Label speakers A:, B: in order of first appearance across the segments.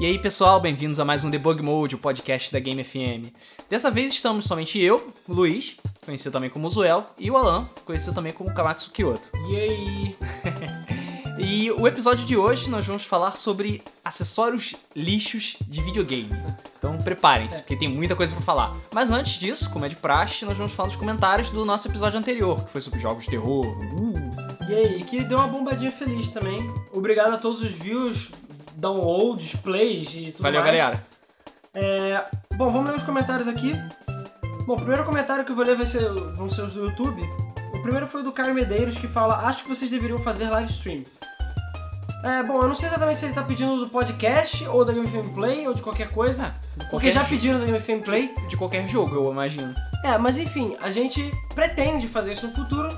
A: E aí, pessoal, bem-vindos a mais um Debug Mode, o podcast da Game FM. Dessa vez estamos somente eu, o Luiz, conhecido também como Zuel, e o Alan, conhecido também como Kamatsu Kyoto.
B: E aí?
A: E o episódio de hoje nós vamos falar sobre acessórios lixos de videogame. Então preparem-se, porque tem muita coisa pra falar. Mas antes disso, como é de praxe, nós vamos falar nos comentários do nosso episódio anterior, que foi sobre jogos de terror. Uh.
B: E aí? Que deu uma bombadinha feliz também. Obrigado a todos os views, downloads, plays e tudo
A: Valeu,
B: mais.
A: galera.
B: É, Bom, vamos ler os comentários aqui. Bom, o primeiro comentário que eu vou ler vai ser, vão ser os do YouTube. O primeiro foi do Caio Medeiros, que fala, acho que vocês deveriam fazer live stream. É, bom, eu não sei exatamente se ele tá pedindo do podcast, ou da Game FM Play, ou de qualquer coisa. Porque
A: qualquer
B: já
A: jeito.
B: pediram da Game FM Play.
A: De qualquer jogo, eu imagino.
B: É, mas enfim, a gente pretende fazer isso no futuro,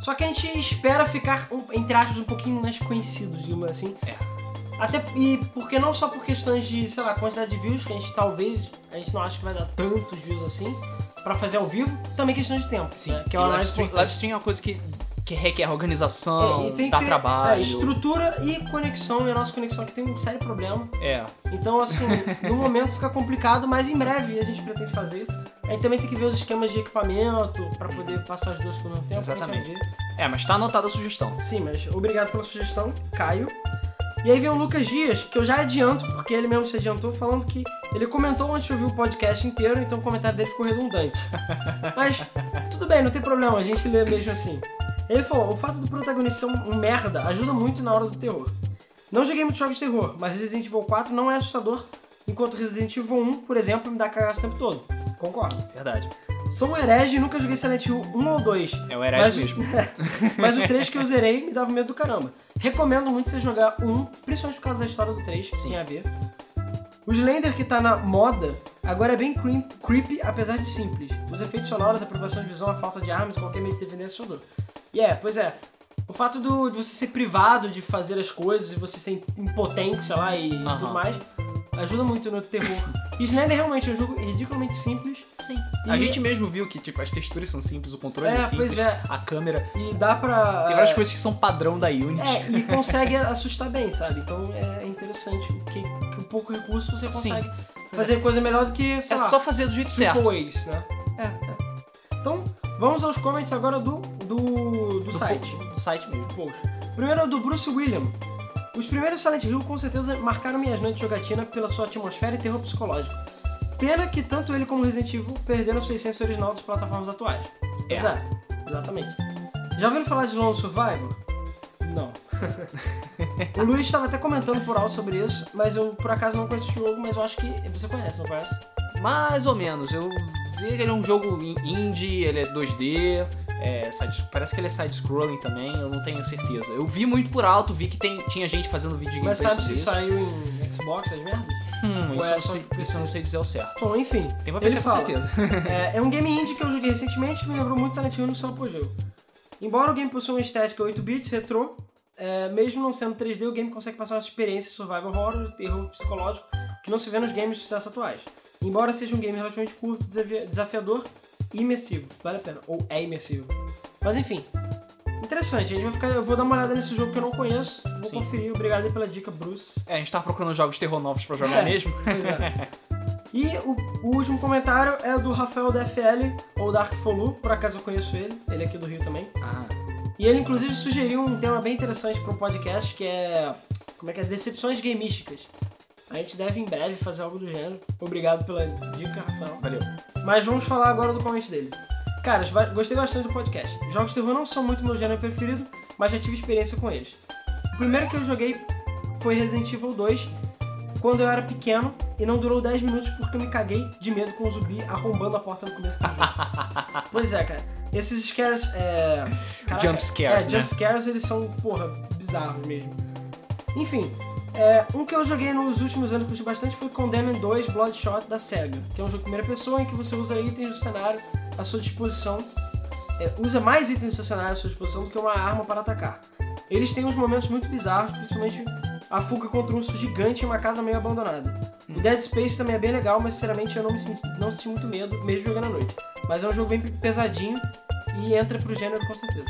B: só que a gente espera ficar, um- entre aspas, um pouquinho mais conhecido, digamos assim.
A: É.
B: Até, e porque não só por questões de, sei lá, quantidade de views, que a gente talvez, a gente não acha que vai dar tantos views assim, pra fazer ao vivo, também questão de tempo, né? que é
A: E
B: uma
A: live,
B: análise
A: stream, live stream é uma coisa que, que requer
B: É,
A: organização,
B: e tem que
A: dá
B: ter,
A: trabalho.
B: é, estrutura e conexão, e a nossa conexão aqui tem um sério problema.
A: É.
B: Então, assim, no momento fica complicado, mas em breve a gente pretende fazer. A gente também tem que ver os esquemas de equipamento pra poder passar as duas coisas no tempo.
A: Exatamente.
B: a gente vai ver.
A: É, mas tá anotada a sugestão.
B: Sim, mas obrigado pela sugestão, Caio. E aí vem o Lucas Dias, que eu já adianto, porque ele mesmo se adiantou, falando que ele comentou antes de ouvir o podcast inteiro, então o comentário dele ficou redundante. Mas tudo bem, não tem problema, a gente lê mesmo assim. Ele falou: o fato do protagonista ser um um merda ajuda muito na hora do terror. Não joguei muitos jogos de terror, mas Resident Evil 4 não é assustador, enquanto Resident Evil 1, por exemplo, me dá cagaço o tempo todo. Concordo.
A: Verdade.
B: Sou um herege e nunca joguei Silent Hill 1 ou 2.
A: É o herege
B: Mas-
A: mesmo.
B: Mas o 3 que eu zerei me dava medo do caramba. Recomendo muito você jogar um, principalmente por causa da história do 3, que
A: Sim.
B: tem a ver. O Slender que tá na moda agora é bem creep, creepy, apesar de simples. Os efeitos sonoros, a privação de visão, a falta de armas, qualquer meio de defender é assustador. E é, pois é. O fato do, de você ser privado de fazer as coisas, e você ser impotente, sei lá, e
A: Aham.
B: tudo mais, ajuda muito no terror. E Slender realmente é um jogo ridiculamente simples.
A: Sim.
B: E-
A: A gente mesmo viu que, tipo, as texturas são simples, o controle é,
B: É,
A: simples,
B: pois é.
A: a câmera.
B: E dá pra...
A: Tem várias coisas que são padrão da Unity.
B: É, e consegue assustar bem, sabe? Então é interessante que, que um pouco recurso você consegue fazer coisa melhor do que, sei
A: É
B: lá,
A: só fazer do jeito certo.
B: depois, né? É, é. Então, vamos aos comments agora do, do, do, site.
A: po- Do site mesmo.
B: Post. Primeiro é do Bruce William. Os primeiros Silent Hill com certeza marcaram minhas noites de jogatina pela sua atmosfera e terror psicológico. Pena que tanto ele como Resident Evil perderam sua essência original das plataformas atuais. Pois
A: É.
B: é, exatamente. Já ouviram falar de Lone Survivor? Não. o Luiz estava até comentando por alto sobre isso, mas eu por acaso não conheço esse jogo, mas eu acho que você conhece, não conhece?
A: Mais ou menos. Eu vi que ele é um jogo in- indie, ele é 2D, é side- parece que ele é side-scrolling também, eu não tenho certeza. Eu vi muito por alto, vi que tem- tinha gente fazendo vídeo gameplay
B: Mas sabe
A: sobre
B: se
A: isso.
B: saiu em Xbox, as merdas?
A: Hum,
B: Ou
A: isso,
B: é
A: eu
B: só
A: sei-
B: PC?
A: isso eu não sei dizer ao certo.
B: Bom, enfim.
A: Tem pra
B: ele
A: PC com
B: fala.
A: certeza.
B: É, é um game indie que eu joguei recentemente que me lembrou muito Silent Hill no seu apogeu. Embora o game possua uma estética 8-bits, retrô, é, mesmo não sendo 3D, o game consegue passar uma experiência survival horror, terror psicológico, que não se vê nos games de sucesso atuais. Embora seja um game relativamente curto, desavi- desafiador e imersivo. Vale a pena. Ou é imersivo. Mas enfim. Interessante, a gente vai ficar, eu vou dar uma olhada nesse jogo que eu não conheço, vou
A: Sim.
B: conferir. Obrigado aí pela dica, Bruce.
A: É, a gente tava procurando jogos de terror novos pra jogar
B: É.
A: mesmo.
B: Pois é. E o, o último comentário é do Rafael DFL, ou Dark Folu, por acaso eu conheço ele, ele é aqui do Rio também.
A: Ah,
B: E ele inclusive sugeriu um tema bem interessante para o podcast, que é. Como é que é? Decepções gamísticas. A gente deve em breve fazer algo do gênero. Obrigado pela dica, Rafael.
A: valeu.
B: Mas vamos falar agora do comment dele. Caras, ba- gostei bastante do podcast. Jogos de terror não são muito meu gênero preferido, mas já tive experiência com eles. O primeiro que eu joguei foi Resident Evil 2, quando eu era pequeno, e não durou 10 minutos porque eu me caguei de medo com o zumbi arrombando a porta no começo do jogo. pois é, cara. Esses scares. É... Caraca,
A: Jump scares,
B: É,
A: né?
B: jump scares eles são, porra, bizarros mesmo. Enfim, é, um que eu joguei nos últimos anos que eu gostei bastante foi Condemned 2 Bloodshot da SEGA, que é um jogo de primeira pessoa em que você usa itens do cenário à sua disposição. é, usa mais itens do seu cenário à sua disposição do que uma arma para atacar. Eles têm uns momentos muito bizarros, principalmente a fuga contra um urso gigante em uma casa meio abandonada. O Dead Space também é bem legal, mas sinceramente eu não me senti, não senti muito medo, mesmo jogando à noite. Mas é um jogo bem pesadinho e entra pro gênero com certeza.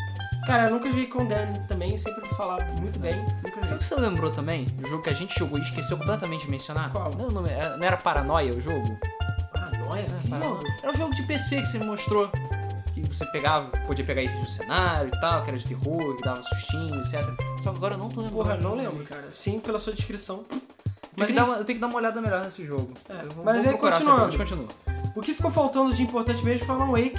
B: Cara, eu nunca joguei Condemned também, sempre ouvi falar muito bem. Nunca
A: Sabe o
B: joguei.
A: que você lembrou também? Do jogo que a gente jogou e esqueceu completamente de mencionar?
B: Qual?
A: Não, não, era, não era Paranoia o jogo?
B: Paranoia? Que
A: Paranoia.
B: jogo?
A: Era um jogo de PC que você me mostrou. Que você pegava, podia pegar itens do cenário e tal, que era de terror, que dava sustinho, etc. Só que agora eu não tô lembrando.
B: Porra, não lembro, cara. Sim, pela sua descrição.
A: Tem que
B: Mas
A: dar uma- eu tenho que dar uma olhada melhor nesse jogo.
B: É,
A: Eu vou-
B: mas
A: vou
B: aí,
A: procurar
B: continuando.
A: saber, mas continua.
B: O que ficou faltando de importante mesmo foi Alan Wake,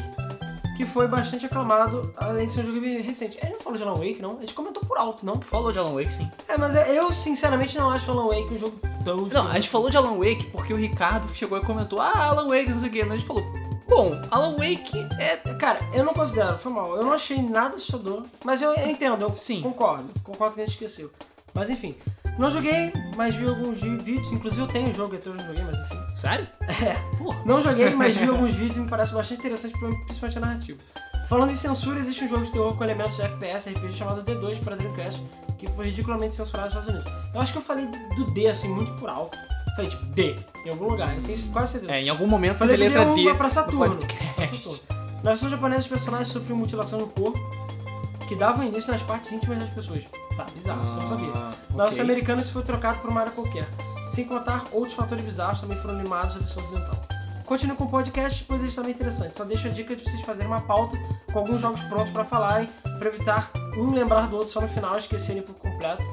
B: que foi bastante aclamado, além de ser um jogo bem recente. A gente não falou de Alan Wake, não? A gente comentou por alto, não?
A: Falou de Alan Wake, sim.
B: É, mas eu sinceramente não acho Alan Wake um jogo tão
A: Não, a gente falou de Alan Wake porque o Ricardo chegou e comentou, ah, Alan Wake, não sei o quê. Mas a gente falou, bom, Alan Wake é.
B: Cara, eu não considero, foi mal. Eu não achei nada assustador, mas eu entendo, eu
A: Sim.
B: concordo. Concordo que a gente esqueceu. Mas enfim, não joguei, mas vi alguns vi- vídeos, inclusive eu tenho o jogo, então eu não joguei, mas enfim.
A: Sério?
B: É.
A: Porra.
B: Não joguei, mas vi alguns vídeos e me parece bastante interessante, principalmente a narrativa. Falando em censura, existe um jogo de terror com elementos de FPS RPG chamado D2 para Dreamcast, que foi ridiculamente censurado nos Estados Unidos. Eu acho que eu falei do D, assim, muito por alto. Falei, tipo, D, em algum lugar, eu tenho quase certeza.
A: É, em algum momento
B: Falei
A: teve
B: que
A: letra
B: deu
A: D.
B: uma pra Saturno.
A: no podcast.
B: Pra Saturno. Na versão japonesa, os personagens sofriam mutilação no corpo, que dava início nas partes íntimas das pessoas. Tá, bizarro, isso eu não sabia.
A: Ah,
B: Na versão
A: ok.
B: americana, isso foi trocado por uma área qualquer. Sem contar, outros fatores bizarros também foram limados na versão ocidental. Continue com o podcast, pois eles também interessantes. Só deixo a dica de vocês fazerem uma pauta com alguns jogos prontos pra falarem, pra evitar um lembrar do outro só no final e esquecerem por completo.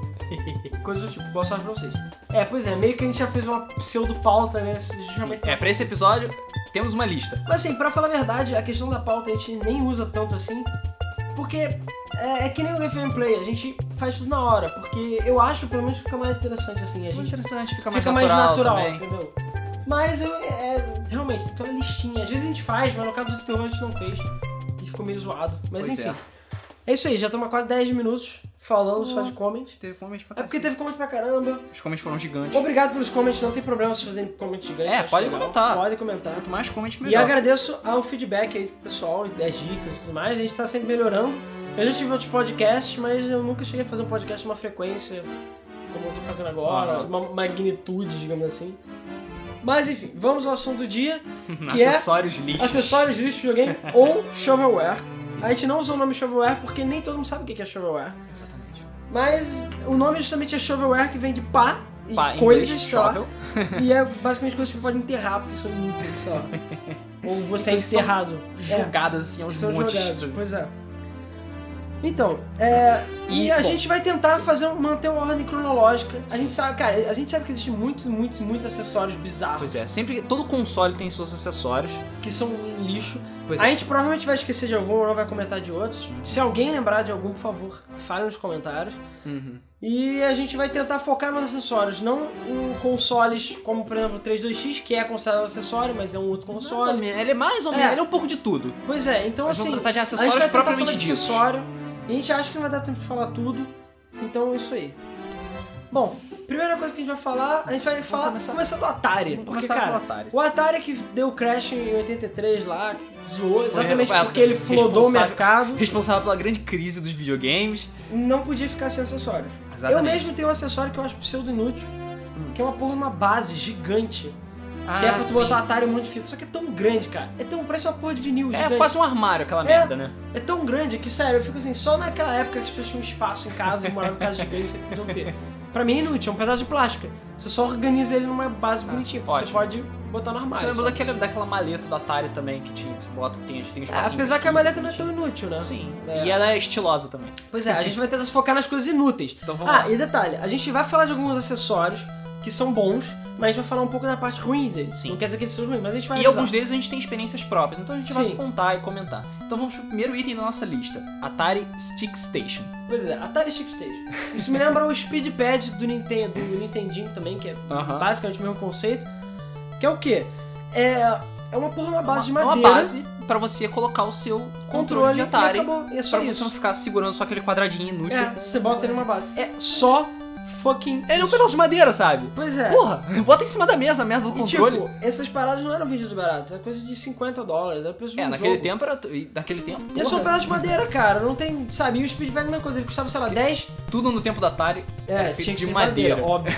B: Coisas do tipo, boa sorte pra vocês. É, pois é, meio que a gente já fez uma pseudo-pauta, né?
A: Sim.
B: Justamente
A: É, pra esse episódio, temos uma lista.
B: mas assim, pra falar a verdade, a questão da pauta a gente nem usa tanto assim, porque é, é que nem o FM Play, a gente faz tudo na hora, porque eu acho pelo menos que fica mais interessante assim, a gente
A: interessante, fica
B: fica mais natural, entendeu? Mas eu, é, realmente, tem toda uma listinha. Às vezes a gente faz, mas no caso do terror a gente não fez. E ficou meio zoado. Mas
A: Pois
B: enfim. É. isso aí, já estamos há quase 10 minutos falando só de comments.
A: Teve comments pra
B: É porque teve comment pra caramba.
A: Os comments foram gigantes.
B: Obrigado pelos comments, não tem problema se fazerem comment gigante.
A: É,
B: acho
A: pode
B: legal.
A: comentar.
B: Pode comentar.
A: Quanto mais comments,
B: E
A: melhor.
B: agradeço ao feedback aí do pessoal, e das dicas e tudo mais. A gente tá sempre melhorando. Eu já tive outros podcasts, mas eu nunca cheguei a fazer um podcast numa frequência como eu tô fazendo agora,
A: Ah.
B: uma magnitude, digamos assim. Mas enfim, vamos ao assunto do dia: que é
A: Acessórios lixos.
B: acessórios de lixo de videogame ou shovelware. A gente não usou o nome shovelware porque nem todo mundo sabe o que que é shovelware.
A: Exatamente.
B: Mas o nome justamente é shovelware, que vem de pá e
A: Pá, em
B: coisas,
A: inglês,
B: sei lá.
A: shovel.
B: E é basicamente coisas que você pode enterrar, porque são inúteis, sei lá. Ou você é
A: Coisas que são
B: enterrado. É,
A: Jogadas assim aos
B: são
A: montes.
B: jogadas, pois é. Então, é, e,
A: E,
B: a
A: bom.
B: gente vai tentar fazer, um- manter uma ordem cronológica. A gente sabe, cara, a gente sabe que existem muitos, muitos, muitos acessórios bizarros
A: Pois é, sempre. Todo console tem seus acessórios.
B: que são um lixo.
A: Pois
B: a
A: é.
B: gente provavelmente vai esquecer de algum ou não vai comentar de outros. Se alguém lembrar de algum, por favor, fale nos comentários.
A: Uhum.
B: E a gente vai tentar focar nos acessórios, não em consoles como, por exemplo, o 32X, que é considerado acessório, mas é um outro
A: Mais ou
B: console.
A: menos. Ele é mais ou
B: É.
A: menos. Ele é um pouco de tudo.
B: Pois é, então
A: Mas
B: assim,
A: vamos tratar de
B: a gente vai
A: acessórios
B: tentar falar
A: propriamente
B: de
A: disso.
B: acessório, e a gente acha que não vai dar tempo de falar tudo, então é isso aí. Bom, primeira coisa que a gente vai falar, a gente vai falar,
A: começar-
B: começar, do Atari,
A: Vamos
B: porque
A: começar
B: cara,
A: com o Atari.
B: o Atari que deu crash em 83 lá, que zoou,
A: Foi
B: exatamente
A: renovado,
B: porque ele flodou o
A: responsável.
B: mercado,
A: Responsável pela grande crise dos videogames.
B: não podia ficar sem acessório. Eu
A: Exatamente.
B: mesmo tenho um acessório que eu acho pseudo inútil, que é uma porra de uma base gigante.
A: Ah,
B: que é pra tu
A: sim.
B: botar Atari um monte de fita. Só que é tão grande, cara. É tão, parece uma porra de vinil
A: É
B: gigante.
A: quase um armário aquela merda, né?
B: É tão grande que, sério, eu fico assim, só naquela época que as pessoas tinham espaço em casa e moravam em casa gigante, você podiam ter. Pra mim é inútil, é um pedaço de plástico. Você só organiza ele numa base bonitinha. porque Você
A: Tá, ótimo.
B: pode botar no
A: Você
B: armário.
A: lembrou
B: sabe?
A: daquela, daquela maleta da Atari também que tinha, você bota, tem, tem
B: É,
A: espaço.
B: apesar que a maleta não é tão inútil, né?
A: Sim.
B: É.
A: E ela é estilosa também.
B: Pois é, a gente vai tentar se focar nas coisas inúteis.
A: Então vamos
B: Ah,
A: lá.
B: e detalhe, a gente vai falar de alguns acessórios que são bons, mas a gente vai falar um pouco da parte ruim deles.
A: Sim.
B: Não quer dizer que eles sejam ruins, mas a gente vai
A: E
B: avisar.
A: alguns deles a gente tem experiências próprias, então a gente
B: Sim.
A: vai contar e comentar. Então vamos pro primeiro item da nossa lista: Atari Stick Station.
B: Pois é, Atari Stick Station. Isso me lembra o Speedpad do Nintendo, do Nintendinho também, que é
A: Aham.
B: basicamente o mesmo conceito. Que é o quê? É, é uma porra, uma base
A: Uma-
B: de madeira.
A: Uma base pra você colocar o seu controle,
B: controle
A: de Atari.
B: E acabou. E é só
A: Pra você não
B: isso.
A: ficar segurando só aquele quadradinho inútil.
B: É, você bota ele numa base. É só fucking.
A: Ele é um pedaço de madeira, sabe?
B: Pois é.
A: Porra, bota em cima da mesa a merda do
B: E,
A: controle.
B: tipo, essas paradas não eram vídeos baratos, era coisa de 50 dólares, era preço de um
A: é, naquele
B: jogo.
A: tempo era. tu- e Naquele tempo.
B: E é só um
A: porra,
B: pedaço de madeira, cara, não tem, sabe, e o Speedback é a mesma coisa, ele custava, sei lá, 10,
A: Tudo no tempo da Atari
B: é,
A: era
B: tinha
A: feito
B: que
A: de
B: ser
A: madeira.
B: óbvio.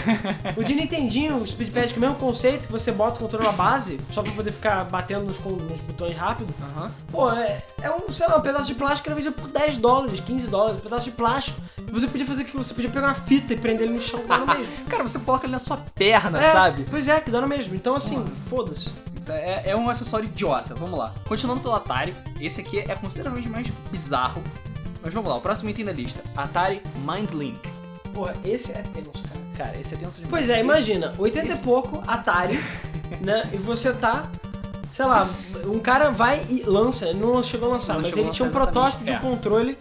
B: o de Nintendinho, o Speedpad, que é o mesmo conceito, que você bota o controle na base, só pra poder ficar batendo nos, con- nos botões rápido.
A: Aham.
B: Pô, é, é um, sei lá, um pedaço de plástico era vendido por 10 dólares, 15 dólares, um pedaço de plástico. Você podia fazer aquilo, você podia pegar uma fita e prender ele no chão, que dá no mesmo.
A: Cara, você coloca ele na sua perna,
B: É,
A: sabe?
B: Pois é, que dá no mesmo. Então, assim, foda-se.
A: É, é um acessório idiota, vamos lá. Continuando pelo Atari, esse aqui é consideravelmente mais bizarro. Mas vamos lá, o próximo item da lista: Atari Mind Link.
B: Porra, esse é tenso, cara.
A: Cara, esse é tenso demais.
B: Pois é, imagina, 80
A: Esse-
B: e pouco, Atari, né? E você tá, sei lá, um cara vai e lança, ele não chegou a lançar,
A: Não
B: mas
A: chegou a
B: ele tinha um
A: lançar,
B: protótipo de um
A: exatamente. é.
B: controle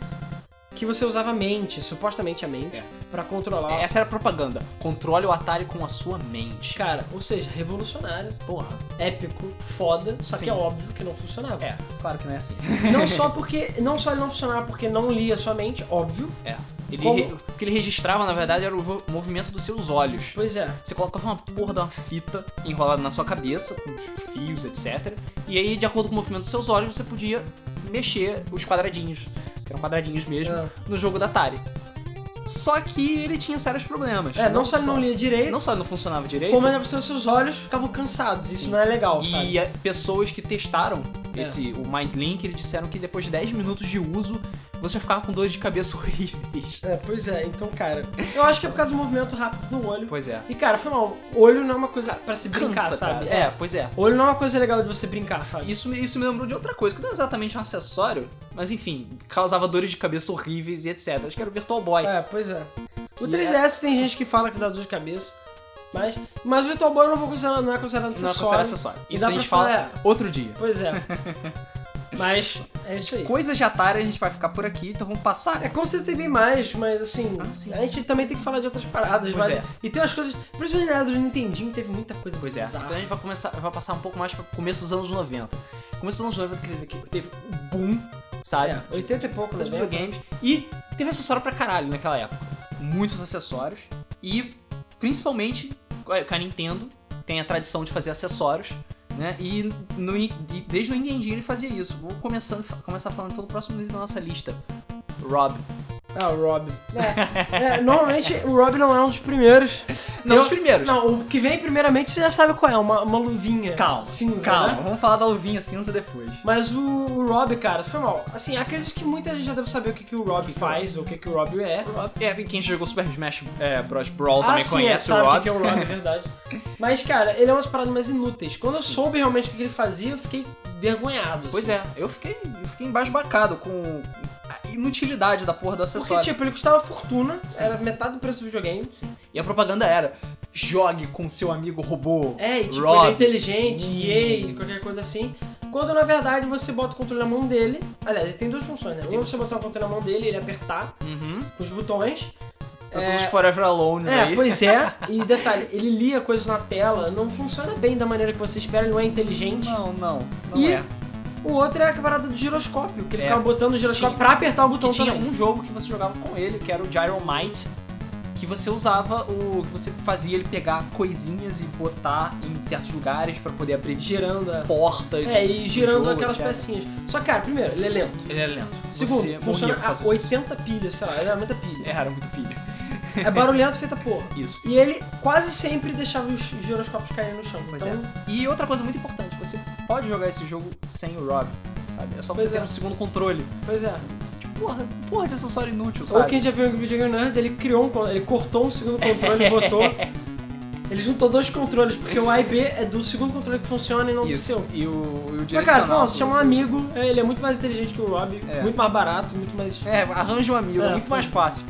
B: que você usava a mente, supostamente a mente,
A: É.
B: pra controlar.
A: Essa era a propaganda. Controle o Atari com a sua mente.
B: Cara, ou seja, revolucionário,
A: Porra.
B: épico, foda, só
A: Sim.
B: que é óbvio que não funcionava.
A: É, claro que não é assim.
B: Não só porque, não só ele não funcionava porque não lia sua mente, óbvio.
A: É. Ele
B: Como-
A: re- O que ele registrava, na verdade, era o vo- movimento dos seus olhos.
B: Pois é.
A: Você colocava uma porra de uma fita enrolada na sua cabeça, com os fios, etc. E aí, de acordo com o movimento dos seus olhos, você podia mexer os quadradinhos, que eram quadradinhos mesmo,
B: É.
A: no jogo da Atari. Só que ele tinha sérios problemas.
B: É, não, só ele não lia direito,
A: não só ele não funcionava direito,
B: como ainda por cima seus olhos ficavam cansados. Isso
A: Sim.
B: não é legal, sabe?
A: e a- pessoas que testaram
B: É.
A: esse o Mind Link, eles disseram que depois de 10 minutos de uso, você ficava com dores de cabeça horríveis.
B: É, pois é, então, cara, eu acho que é por causa do movimento rápido do olho.
A: Pois é.
B: E, cara, foi mal, olho não é uma coisa pra se brincar,
A: Cansa,
B: sabe?
A: cara. É, pois é.
B: Olho não é uma coisa legal de você brincar, sabe?
A: Isso, me- isso me lembrou de outra coisa, que não é exatamente um acessório, mas enfim, causava dores de cabeça horríveis e etc. Acho que era o Virtual Boy.
B: É, pois é. O
A: E é-
B: 3DS tem gente que fala que dá dor de cabeça, mas, mas o Virtual Boy eu não vou considerar, não é considerado
A: não é
B: acessório.
A: considerado acessório.
B: E
A: Isso
B: dá
A: a gente
B: pra
A: fala
B: falar-
A: outro dia.
B: Pois é. mas é isso aí.
A: Coisas de Atari a gente vai ficar por aqui, então vamos passar.
B: É, com certeza tem bem mais, mas assim,
A: Ah, sim.
B: a gente também tem que falar de outras paradas.
A: Pois
B: mas,
A: é.
B: E tem umas coisas, principalmente na era do Nintendinho, teve muita coisa
A: Pois é,
B: bizarra.
A: então a gente vai, começar, vai passar um pouco mais para começo dos anos 90. Começo dos anos 90 que teve- teve o boom, sabe?
B: É, 80 e pouco,
A: dos
B: 90.
A: videogames. E teve acessório pra caralho naquela época. Muitos acessórios. E principalmente com a Nintendo tem a tradição de fazer acessórios. Né? E, no- e desde o Nintendinho ele fazia isso. Vou começando, começar falando pelo próximo item da nossa lista. Rob.
B: Ah, o Rob. É, é, normalmente o Rob não é um dos primeiros.
A: Não,
B: Eu-
A: os primeiros.
B: Não, o que vem primeiramente você já sabe qual é, uma, uma luvinha.
A: Calma,
B: cinza,
A: calma.
B: né?
A: Vamos falar da luvinha cinza depois.
B: Mas o, o Rob, cara, foi mal. Assim, acredito que muita gente já deve saber o que, que o Rob faz, ou o que, que o Rob é.
A: É, quem jogou Super Smash é, Bros. Brawl
B: ah,
A: também
B: sim, é,
A: conhece
B: sabe
A: o Rob.
B: que que é o Rob, é verdade. Mas, cara, ele é umas paradas mais inúteis. Quando eu soube realmente o que que ele fazia, eu fiquei vergonhado.
A: Pois
B: assim.
A: é, eu fiquei, eu fiquei embasbacado com a inutilidade da porra do
B: Porque,
A: acessório.
B: tipo, ele custava fortuna,
A: Sim.
B: era metade do preço do videogame.
A: E a propaganda era: jogue com seu amigo robô.
B: É, e tipo, ele é
A: Rob.
B: inteligente, yay, qualquer coisa assim. Quando na verdade você bota o controle na mão dele. Aliás, ele tem duas funções, né? Ou você botar o controle na mão dele e ele apertar
A: Uhum.
B: com os botões.
A: Pra todos os Forever Alone
B: É,
A: aí.
B: pois é. E detalhe, ele lia coisas na tela, não funciona bem da maneira que você espera, ele não é inteligente.
A: Não, não, não
B: E
A: é.
B: O outro é a parada do giroscópio, que ele
A: É.
B: ficava botando o giroscópio
A: Tinha-
B: pra apertar o botão
A: Que tinha
B: então também.
A: um jogo que você jogava com ele, que era o Gyromite, que você usava o. que você fazia ele pegar coisinhas e botar em certos lugares pra poder abrir
B: Girando, é.
A: portas.
B: É, e
A: do
B: girando
A: jogo,
B: aquelas
A: etc.
B: pecinhas. Só que, cara, primeiro, ele é lento.
A: Ele é lento.
B: Segundo,
A: você morria
B: funciona
A: por
B: a
A: causa disso.
B: 80 pilhas, sei lá, ele era muita
A: É,
B: pilha.
A: era muito pilha.
B: É barulhento feita porra.
A: Isso.
B: E ele quase sempre deixava os giroscópios caírem no chão.
A: Pois
B: então,
A: E outra coisa muito importante, você pode jogar esse jogo sem o Rob, sabe? É só você
B: Pois
A: ter
B: é.
A: um segundo controle.
B: Pois é.
A: Tipo, porra, porra de acessório inútil,
B: Ou
A: sabe?
B: quem já viu o Videogame Nerd, ele criou um con- ele cortou um segundo controle e botou. Ele juntou dois controles, porque o A e B é do segundo controle que funciona e não
A: Isso.
B: do seu.
A: E o, e o
B: Mas
A: direcional.
B: cara, fala,
A: que
B: você chama um
A: usa.
B: amigo, é, ele é muito mais inteligente que o Rob,
A: É.
B: muito mais barato, muito mais.
A: É, arranja um amigo, é,
B: É,
A: muito
B: pois
A: mais fácil.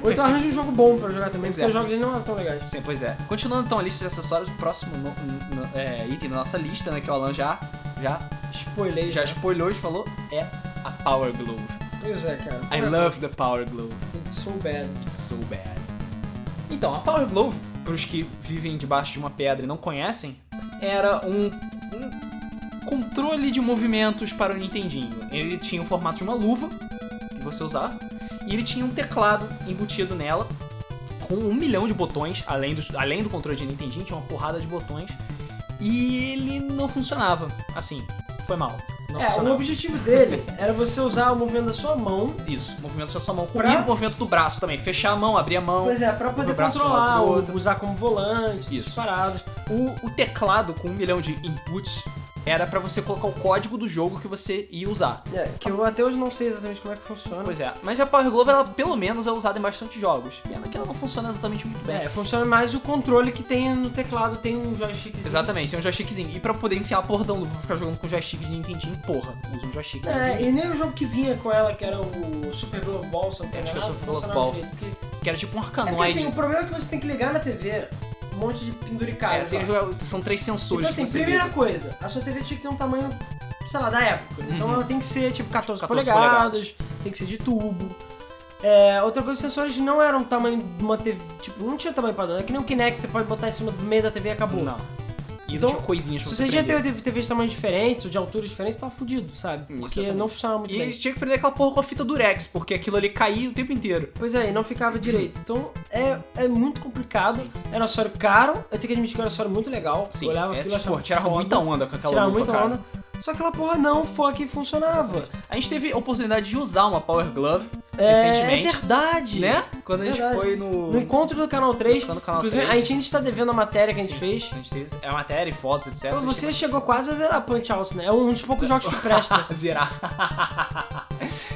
B: Ou então arranja um jogo bom pra jogar também,
A: Pois
B: porque
A: é.
B: os jogos dele não eram tão legais.
A: Sim, pois é. Continuando então a lista de acessórios, o próximo no- no- é, item da nossa lista, né, que o Alan já, já,
B: Spoilei
A: já spoilou e falou, é a Power Glove.
B: Pois é, cara.
A: I love the Power Glove.
B: It's so bad.
A: It's so bad. Então, a Power Glove, pros que vivem debaixo de uma pedra e não conhecem, era um, um controle de movimentos para o Nintendinho. Ele tinha o formato de uma luva, que você usava, e ele tinha um teclado embutido nela, com um milhão de botões, além do, além do controle de Nintendinho, tinha uma porrada de botões. E ele não funcionava. Assim, foi mal. Não
B: É, o
A: funcionava.
B: objetivo dele era você usar o movimento da sua mão,
A: Isso, movimento da sua mão.
B: Pra-
A: E o movimento do braço também. Fechar a mão, abrir a mão.
B: pois é, pra poder
A: Do braço
B: controlar,
A: do lado do
B: ou
A: outro.
B: usar como volante,
A: Isso.
B: essas paradas.
A: O, o teclado com um milhão de inputs era pra você colocar o código do jogo que você ia usar.
B: É, que eu até hoje não sei exatamente como é que funciona.
A: Pois é, mas a Power Glove, ela pelo menos é usada em bastante jogos. Pena que ela não funciona exatamente muito bem.
B: É, funciona mais o controle que tem no teclado, tem um joystick.
A: Exatamente, tem um joystickzinho. E pra poder enfiar a porra da luva pra ficar jogando com joystick de Nintendinho, porra, usa um joystick.
B: É, e nem o jogo que vinha com ela, que era o Super Glove Ball, se eu não tô
A: Acho que é o
B: enganado,
A: Super Glove
B: funcionava
A: Ball.
B: direito, porque-
A: Que era tipo um
B: É porque
A: arcanoide.
B: assim, o problema é que você tem que ligar na TV um monte de tá? penduricado.
A: É, tem
B: lá.
A: que jogar- são três sensores
B: Então assim,
A: que você
B: primeira
A: liga.
B: coisa, a sua TV tinha que ter um tamanho, sei lá, da época. Então
A: Uhum.
B: ela tem que ser tipo 14,
A: 14
B: polegadas, tem que ser de tubo. É, outra coisa, os sensores não eram o tamanho de uma TV, tipo, não tinha tamanho padrão. É que nem o Kinect, você pode botar em cima do meio da TV e acabou.
A: Não. E
B: Então,
A: tinha coisinhas pra
B: Se
A: você
B: você já
A: prender.
B: teve TV de tamanho diferente, ou de altura diferente, tava fudido, sabe?
A: Hum,
B: Porque
A: exatamente.
B: não funcionava muito
A: E
B: bem.
A: eles tinham que prender aquela porra com a fita durex, porque aquilo ali caía o tempo inteiro.
B: Pois é, e não ficava direito. Então é, é muito complicado. Era um acessório caro. Eu tenho que admitir que era um acessório muito legal.
A: Sim,
B: eu olhava
A: é,
B: aquilo e
A: tipo,
B: achava
A: tirava
B: foda,
A: muita onda com aquela
B: tirava
A: luva,
B: muita
A: cara.
B: onda. Só que aquela porra não foi a que funcionava.
A: A gente teve a oportunidade de usar uma Power Glove
B: É, é
A: recentemente.
B: verdade.
A: Né? Quando a gente
B: Verdade.
A: foi no.
B: No encontro do Canal 3,
A: No Canal
B: inclusive,
A: 3.
B: a gente ainda está devendo a matéria que a gente
A: Sim,
B: fez.
A: A gente teve. É matéria e fotos, etc.
B: Pô, Você chegou quase a zerar Punch Out, né? É um dos poucos jogos que presta.
A: zerar.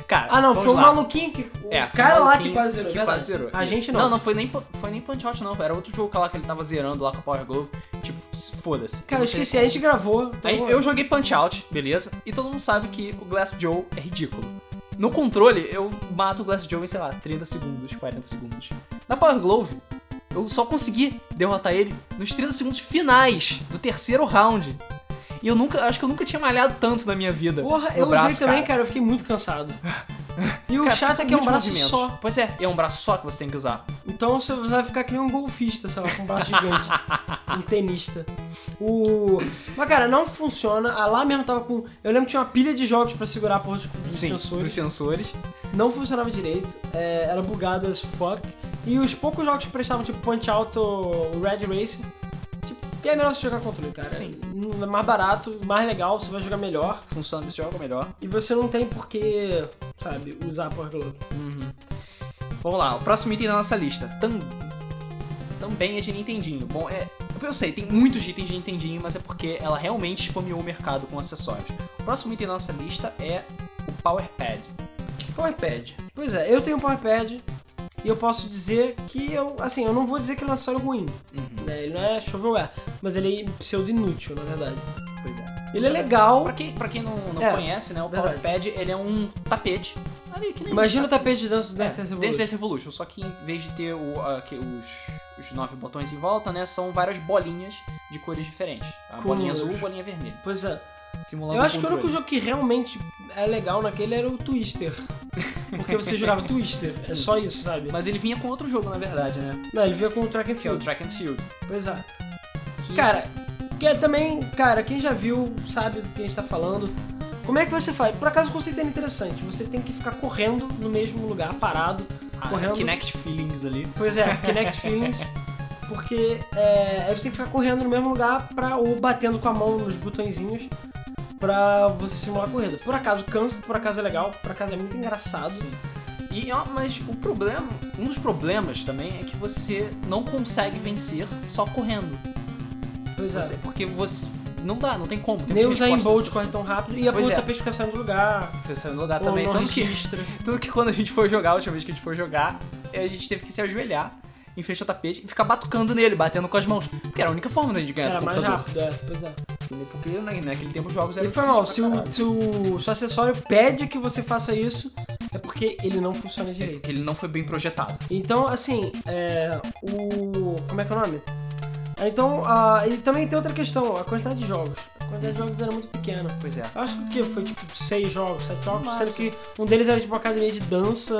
A: cara.
B: é Ah, não,
A: vamos
B: foi o
A: lá.
B: maluquinho que. O
A: É, foi o
B: cara lá
A: maluquinho
B: que quase zerou.
A: que
B: verdade.
A: quase zerou.
B: A
A: Isso.
B: gente não.
A: Não, não foi nem, foi nem Punch Out, não. Era outro jogo lá que ele tava zerando lá com a Power Glove. Tipo, foda-se.
B: Cara, eu
A: Não sei-
B: esqueci, a gente gravou. então-
A: Aí eu joguei Punch Out, beleza? E todo mundo sabe que o Glass Joe é ridículo. No controle, eu mato o Glass Joe em, sei lá, 30 segundos, 40 segundos. Na Power Glove, eu só consegui derrotar ele nos 30 segundos finais do terceiro round. E eu nunca, acho que eu nunca tinha malhado tanto na minha vida.
B: Porra,
A: no
B: eu
A: braço,
B: usei também, cara. eu fiquei muito cansado. E o
A: Cara, porque
B: chato é
A: são
B: que é um
A: muitos
B: braço
A: movimentos.
B: só.
A: Pois é, e é um braço só que você tem que usar.
B: Então você vai ficar que nem um golfista, sei lá, com um braço gigante. um tenista. O... Mas, cara, não funciona. A lá mesmo tava com. Eu lembro que tinha uma pilha de jogos pra segurar a porra dos dos
A: Sim, dos
B: sensores.
A: sensores.
B: Não funcionava direito. é, era bugada as fuck. E os poucos jogos que prestavam, tipo Punch Out ou Red Racing. Tipo, que é melhor você jogar controle, cara.
A: Sim.
B: É mais barato, mais legal, você vai jogar melhor.
A: Funciona esse jogo melhor.
B: E você não tem por que, sabe, usar a Power Glove.
A: Uhum. Vamos lá, o próximo item da nossa lista. Tam... Também é de Nintendinho. Bom, é... eu sei, tem muitos itens de Nintendinho, mas é porque ela realmente spameou o mercado com acessórios. O próximo item da nossa lista é o Power Pad.
B: PowerPad. Pois é, eu tenho um PowerPad e eu posso dizer que eu, assim, eu não vou dizer que ele é um acessório ruim,
A: Uhum.
B: né? Ele não é shovelware, mas ele é pseudo inútil, na verdade.
A: Pois é.
B: Ele é legal.
A: Pra quem, pra quem não, não
B: É,
A: conhece, né, o
B: verdade.
A: Power Pad ele é um tapete. Ali, que nem
B: Imagina o tapete de dança do Dance Dance
A: tá- É, Dance
B: Revolution.
A: Dance Revolution, só que em vez de ter o, ah, que- os, os nove botões em volta, né, são várias bolinhas de cores diferentes. A
B: Com-
A: bolinha azul, bolinha vermelha.
B: Pois é.
A: Simulando
B: Eu acho que o
A: controle.
B: único jogo que realmente é legal naquele era o Twister. Porque você jogava Twister, é
A: Sim.
B: só isso, sabe?
A: Mas ele vinha com outro jogo, na verdade, né?
B: Não, ele veio com o Track and
A: Que é o
B: Field.
A: Track and Field.
B: Pois é.
A: Que-
B: Cara, que é também, cara, quem já viu sabe do que a gente tá falando. Como é que você faz? Por acaso o conceito é interessante. Você tem que ficar correndo no mesmo lugar, parado.
A: Ah,
B: correndo.
A: Kinect Feelings ali.
B: Pois é, Kinect Feelings. Porque é, aí você tem que ficar correndo no mesmo lugar pra, ou batendo com a mão nos botõezinhos pra você simular a corrida. Por acaso cansa, por acaso é legal, por acaso é muito engraçado.
A: E, ó, mas o problema, um dos problemas também é que você não consegue vencer só correndo.
B: Pois é.
A: Você- porque você. Não dá, não tem como. Tem
B: Nem
A: muitas
B: usar em
A: respostas
B: bolt corre tão rápido e a
A: Pois
B: ponta
A: é.
B: tapete fica saindo do lugar.
A: assim. Você não dá
B: ou
A: também.
B: não
A: Tanto que,
B: registra.
A: tanto que quando a gente foi jogar, a última vez que a gente foi jogar, a gente teve que se ajoelhar em frente ao tapete e ficar batucando nele, batendo com as mãos. Porque era a única forma da gente ganhar
B: Era
A: do
B: mais
A: computador.
B: rápido, é. Pois é.
A: Porque na- naquele tempo os jogos eram.
B: E foi mal, se
A: difíceis pra
B: o, se o seu acessório pede que você faça isso, é porque ele não funciona
A: caralho.
B: direito.
A: Ele não foi bem projetado.
B: Então, assim, é, o. Como é que é o nome? Então, ah, e também tem outra questão, a quantidade de jogos. A quantidade de jogos era muito pequena.
A: Pois é.
B: Eu acho que o quê? foi tipo seis jogos, sete jogos,
A: Massa.
B: sendo que um deles era tipo uma academia de dança.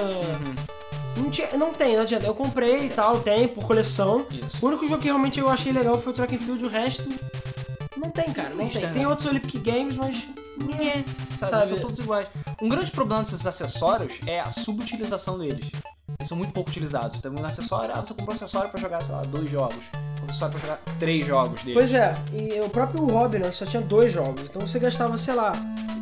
B: Não, tinha, não tem, não adianta. Eu comprei e tal, tem, por coleção.
A: Isso.
B: O único jogo que realmente eu achei legal foi o Track and Field, o resto. Não tem, cara, não
A: Lista,
B: tem.
A: né?
B: Tem outros Olympic Games, mas.
A: Nhé, sabe?
B: Sabe?
A: São todos iguais. Um grande problema desses acessórios é a subutilização deles. Eles são muito pouco utilizados. Então, um acessório, ah, você comprou um acessório pra jogar, sei lá, dois jogos. Um acessório pra jogar três jogos dele.
B: Pois é, e o próprio hobby, né? Só tinha dois jogos. Então você gastava, sei lá,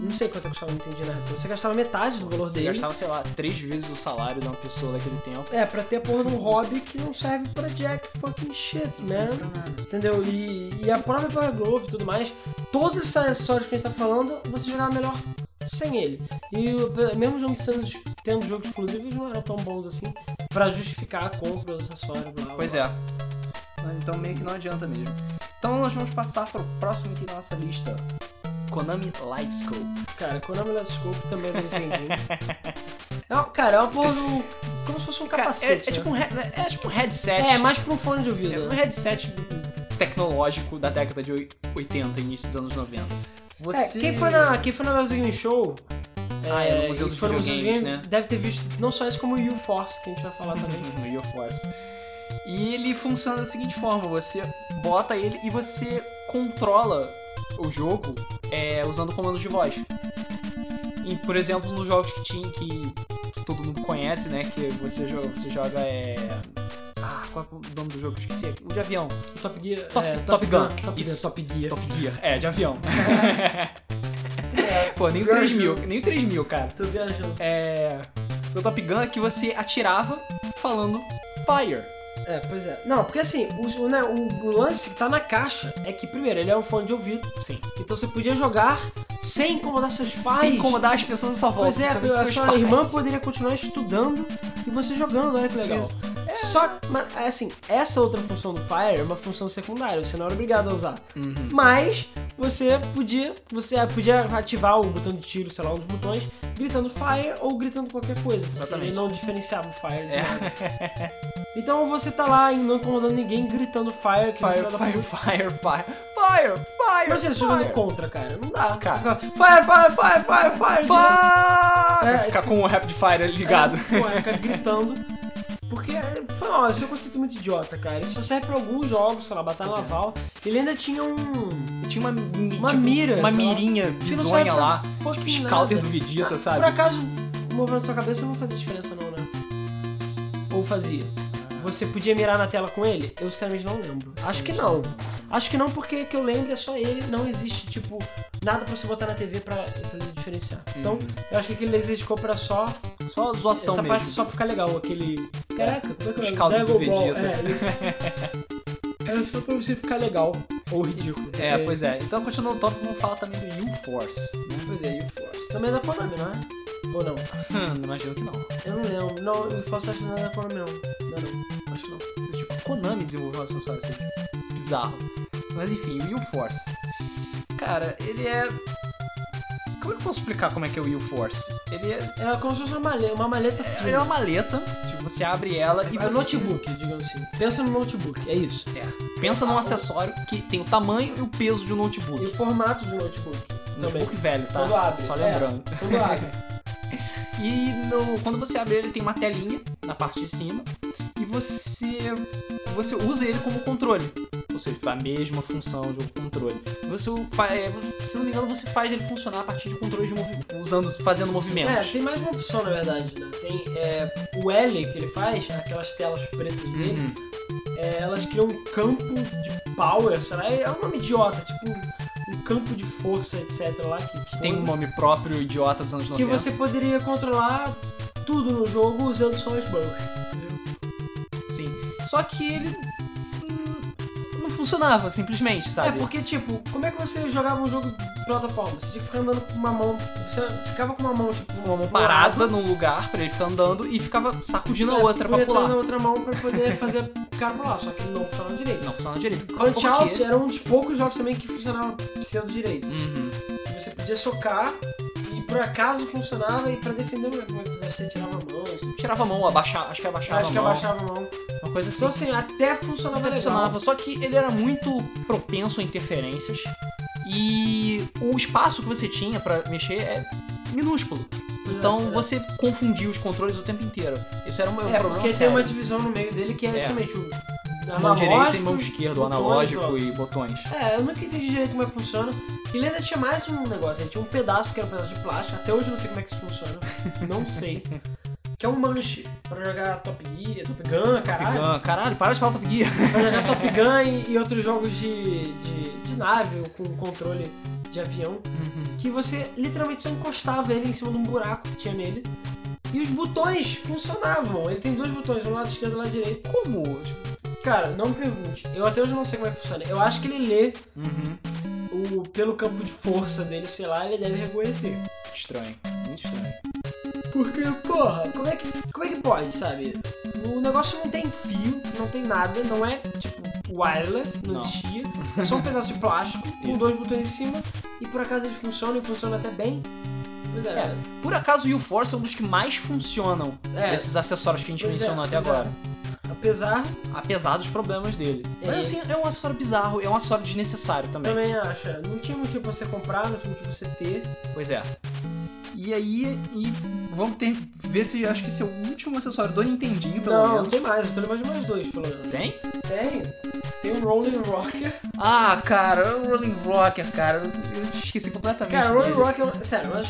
B: não sei quanto é que custava, não entendi na época. Você gastava metade do valor
A: Você
B: dele.
A: gastava, sei lá, três vezes o salário de uma pessoa daquele tempo.
B: É, pra ter a porra de um hobby que não serve pra jack fucking shit, né?
A: Não pra nada.
B: Entendeu? E, e a própria Power Glove e tudo mais, todos esses acessórios que a gente tá falando, você jogava melhor sem ele. E o- mesmo jogo sendo, tendo jogo exclusivo, eles não eram tão bons assim pra justificar a compra dos acessórios, blá, blá.
A: Pois é. Então meio que não adianta mesmo. Então nós vamos passar para o próximo item da nossa lista. Konami Lightscope.
B: Cara, é Konami Lightscope também não entendi. é, uma- cara, é uma porra do... como se fosse um capacete,
A: é, é tipo um he- é tipo um headset.
B: né? É, mais pra um fone de ouvido.
A: É um
B: né?
A: headset tecnológico da década de oi- 80, início dos anos 90. Você...
B: É, quem foi na, quem foi na Brasil Game Show...
A: Ah, é, no Museu
B: e
A: dos
B: foi no Museu do
A: Videogames,
B: Game,
A: né?
B: Deve ter visto não só isso, como o U-Force, que a gente vai falar também.
A: no Wii of Force. E ele funciona da seguinte forma: você bota ele e você controla o jogo é, usando comandos de voz. E, por exemplo, nos jogos que tinha que todo mundo conhece, né? Que você joga, você joga é. Ah, qual é o nome do jogo que eu esqueci? O de avião.
B: O Top Gear.
A: Uhum. Top-
B: é,
A: Top Gun.
B: Top Gear.
A: Isso.
B: Top Gear.
A: Top Gear. É, de avião.
B: É.
A: Pô, nem o 3000, nem o 3000, cara.
B: Tô viajando.
A: É. No Top Gun é que você atirava falando fire.
B: É, pois é. Não, porque assim, o, o, né, o- o lance que tá na caixa é que, primeiro, ele é um fone de ouvido,
A: Sim.
B: então você podia jogar sem incomodar seus pais.
A: Sem incomodar as pessoas à sua volta.
B: Pois é, a
A: principalmente
B: sua
A: seus pais.
B: irmã poderia continuar estudando e você jogando, olha que legal.
A: Isso.
B: Só que, mas, assim, essa outra função do Fire é uma função secundária, você não era obrigado a usar.
A: Uhum.
B: Mas você podia, você podia ativar o botão de tiro, sei lá, um dos botões, gritando Fire ou gritando qualquer coisa. porque
A: Exatamente.
B: Ele não diferenciava o Fire. de
A: É.
B: nada. Então você tá lá e não incomodando ninguém, gritando Fire, que
A: Fire,
B: não é
A: fire, fire, fire, fire, fire.
B: Imagina você tá jogando
A: fire.
B: contra, cara. Não dá.
A: Cara.
B: Fire, fire, fire, fire, fire. direto.
A: Fire!
B: É,
A: Ficar com o rap de fire ligado.
B: Pô, é, ficar gritando. Porque, é, foi, ó, isso é um conceito muito idiota, cara. Isso só serve pra alguns jogos, sei lá, Batalha
A: Pois é.
B: Naval. Ele ainda tinha um.
A: Tinha uma, mi-
B: Uma
A: tipo,
B: mira,
A: Uma
B: sei lá.
A: mirinha
B: que não serve
A: bizonha
B: pra
A: lá.
B: fucking
A: Tipo,
B: nada.
A: Scalder do Vegeta,
B: Ah,
A: sabe?
B: Por acaso, o movimento da sua cabeça não fazia diferença, não, né? Ou fazia? Você podia mirar na tela com ele? Eu sinceramente não lembro. Acho que não. Acho que não, porque que eu lembro é só ele, não existe, tipo, nada pra você botar na TV pra, pra ele diferenciar. Então,
A: Uhum.
B: eu acho que aquele laser scope era só
A: Só zoação
B: essa
A: mesmo.
B: parte só pra ficar legal, aquele. Caraca, tô com
A: Escaldo do Vegeta.
B: É, é só pra você ficar legal. Ou ridículo.
A: É, pois é. Então, continuando o tópico, vamos falar também do U-Force. né?
B: Pois é, e o Force. Também é da Konami, não é? Ou não?
A: Hum, imagino que não.
B: Eu não lembro. Não, o Force acho que não é da Konami, não. Não, não. Acho que não.
A: Tipo, Konami desenvolveu um acessório assim. Bizarro. Mas enfim, o U-Force. Cara, ele é. Como é que eu posso explicar como é que é o U-Force? Ele é.
B: É como se fosse uma maleta, uma maleta
A: Ele é
B: fina.
A: uma maleta, tipo, você abre ela e
B: É
A: você...
B: um notebook, digamos assim. Pensa no notebook, é isso.
A: É. Pensa num acessório que tem o tamanho e o peso de um
B: E
A: notebook.
B: o formato do notebook. Também.
A: Notebook velho, tá?
B: Quando abre.
A: Só lembrando.
B: É, quando abre.
A: E no- quando você abre ele, tem uma telinha na parte de cima. E você, você usa ele como controle. Ou seja, tipo, a mesma função de um controle. Você, fa- é, se não me engano, você faz ele funcionar a partir de controle de movimento, usando, fazendo movimentos.
B: É, tem mais uma opção na verdade, né? Tem é, o L que ele faz, né? aquelas telas pretas dele,
A: Uhum.
B: é, elas criam um campo de power, será? É um nome idiota, tipo um, um campo de força, etc. lá que,
A: Tem um nome próprio, idiota dos anos
B: que
A: 90.
B: você poderia controlar tudo no jogo usando só as mãos.
A: Sim. Só que ele hum, não funcionava, simplesmente,
B: É
A: sabe?
B: porque, tipo, como é que você jogava um jogo de plataforma? Você tinha que ficar andando com uma mão. Você ficava com uma mão, tipo, uma mão
A: Parada num lugar pra ele ficar andando e ficava sacudindo
B: né?
A: a outra pra pular.
B: Tipo, na outra mão pra poder fazer o cara pular, só que não funcionava direito.
A: Não funcionava direito. é?
B: Punch Out
A: Porque-
B: era um dos poucos jogos também que funcionava sendo direito.
A: Uhum.
B: Você podia socar e por acaso funcionava e pra defender o você tirava a mão. Você...
A: Tirava a mão, abaixava, acho que abaixava
B: acho
A: a
B: que
A: mão.
B: abaixava a mão.
A: Uma coisa assim.
B: Então assim, até funcionava legal.
A: funcionava, só que ele era muito propenso a interferências e o espaço que você tinha pra mexer é minúsculo. Então você confundia os controles o tempo inteiro. Isso era um, um
B: É,
A: problema
B: porque tem
A: sério.
B: uma divisão no meio dele que é
A: É.
B: justamente o
A: Mão
B: analógico,
A: direita e mão esquerda, o
B: botões,
A: analógico
B: ó.
A: e botões.
B: É, eu nunca entendi direito como é que funciona. E ele ainda tinha mais um negócio, ele tinha um pedaço que era um pedaço de plástico, até hoje eu não sei como é que isso funciona. Não sei. que é um manche pra jogar Top Gear, Top Gun,
A: Top
B: caralho.
A: Gun. Caralho, para de falar Top Gear.
B: Pra jogar é Top Gun e, e outros jogos de, de, de nave ou com controle de avião. Que você literalmente só encostava ele em cima de um buraco que tinha nele. E os botões funcionavam. Ele tem dois botões, um lado esquerdo e um lado direito.
A: Como?
B: Cara, não pergunte. Eu até hoje não sei como é que funciona. Eu acho que ele lê
A: Uhum.
B: o, pelo campo de força dele, sei lá, ele deve reconhecer.
A: Estranho. Muito estranho.
B: Porque, porra, como é que, como é que pode, sabe? O negócio não tem fio, não tem nada, não é, tipo, wireless, não,
A: Não.
B: existia. É só um pedaço de plástico com
A: Isso.
B: dois botões em cima e por acaso ele funciona e funciona até bem. Pois é,
A: Por acaso, o U-Force é um dos que mais funcionam
B: É.
A: desses acessórios que a gente
B: Pois é,
A: mencionou até
B: pois é.
A: agora.
B: apesar,
A: Apesar dos problemas dele.
B: É.
A: Mas assim, é um acessório bizarro, é um acessório desnecessário também.
B: também acho, é, não tinha motivo pra você comprar, não tinha motivo pra você ter.
A: Pois é. E aí, e vamos ter, ver se acho que esse é o último acessório do Nintendinho, pelo
B: não, não
A: menos.
B: tem mais, eu tô lembrando de mais dois, pelo menos.
A: Tem?
B: Tem, tem o Rolling Rocker.
A: Ah, cara, o Rolling Rocker, cara. Eu esqueci completamente.
B: Cara, o Rolling
A: dele.
B: Rocker é, uma- sério, uma das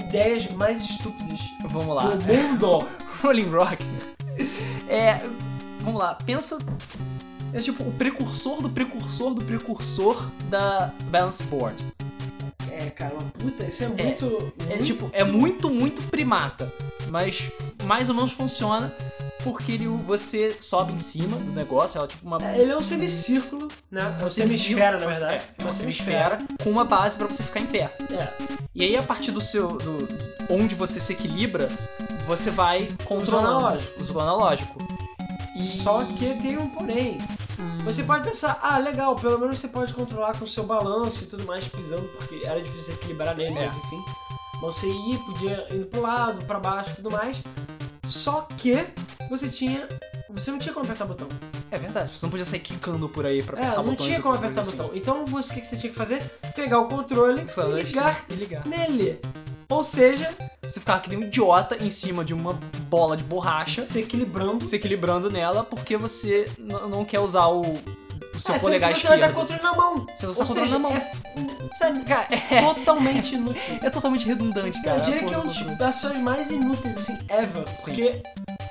B: ideias mais estúpidas
A: Vamos lá.
B: do mundo.
A: Rolling Rock. É. Vamos lá, pensa. É tipo o precursor do precursor do precursor da Balance Board.
B: É, cara, uma puta, isso é muito.
A: É
B: muito-
A: tipo, é muito, muito primata. Mas mais ou menos funciona porque ele, você sobe em cima do negócio, ela é tipo uma.
B: É, Ele é um semicírculo, né? É um semisfera, na verdade. um
A: É, uma semisfera com uma base pra você ficar em pé.
B: É,
A: E aí, a partir do seu. do- onde você se equilibra, você vai controlando
B: analógico.
A: o analógico. E...
B: Só que tem um porém. Você pode pensar, ah, legal, pelo menos você pode controlar com o seu balanço e tudo mais, pisando, porque era difícil você equilibrar nele,
A: É.
B: mas enfim. Mas você ia, podia ir pro lado, pra baixo e tudo mais. Só que você tinha. Você não tinha como apertar botão.
A: É verdade, você não podia sair quicando por aí pra
B: É,
A: apertar
B: não
A: botões.
B: tinha
A: ou
B: como
A: qualquer
B: apertar
A: coisa assim.
B: botão. Então você, o que que você tinha que fazer? Pegar o controle
A: Só
B: e ligar
A: E ligar.
B: nele. Ou seja,
A: Você ficava que nem um idiota em cima de uma bola de borracha,
B: se equilibrando.
A: se equilibrando nela, porque você n- não quer usar o, o seu
B: É, sendo
A: polegar
B: que você vai dar
A: esquerdo.
B: controle na mão.
A: Você não
B: Ou
A: tá
B: seja,
A: controlando na mão.
B: É, sabe,
A: Cara,
B: é totalmente inútil.
A: é, é totalmente redundante, cara.
B: eu diria
A: a
B: que é
A: porra
B: um
A: do
B: dos- das ações mais inúteis, assim, ever.
A: Sim.
B: Porque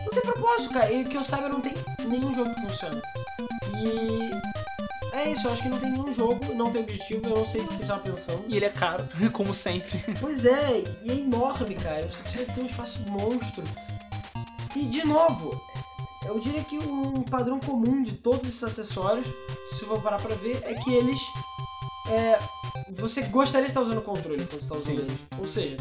B: não tem propósito, cara. E que eu saiba, não tem nenhum jogo que funciona. E é isso, eu acho que não tem nenhum jogo, não tem objetivo, eu não sei o que eu estava pensando.
A: E ele é caro, como sempre.
B: Pois é, e é enorme, cara. Você precisa ter um espaço monstro. E de novo, eu diria que um padrão comum de todos esses acessórios, se for parar pra ver, é que eles. É, você gostaria de estar usando o controle quando você está usando
A: Sim.
B: eles. Ou seja,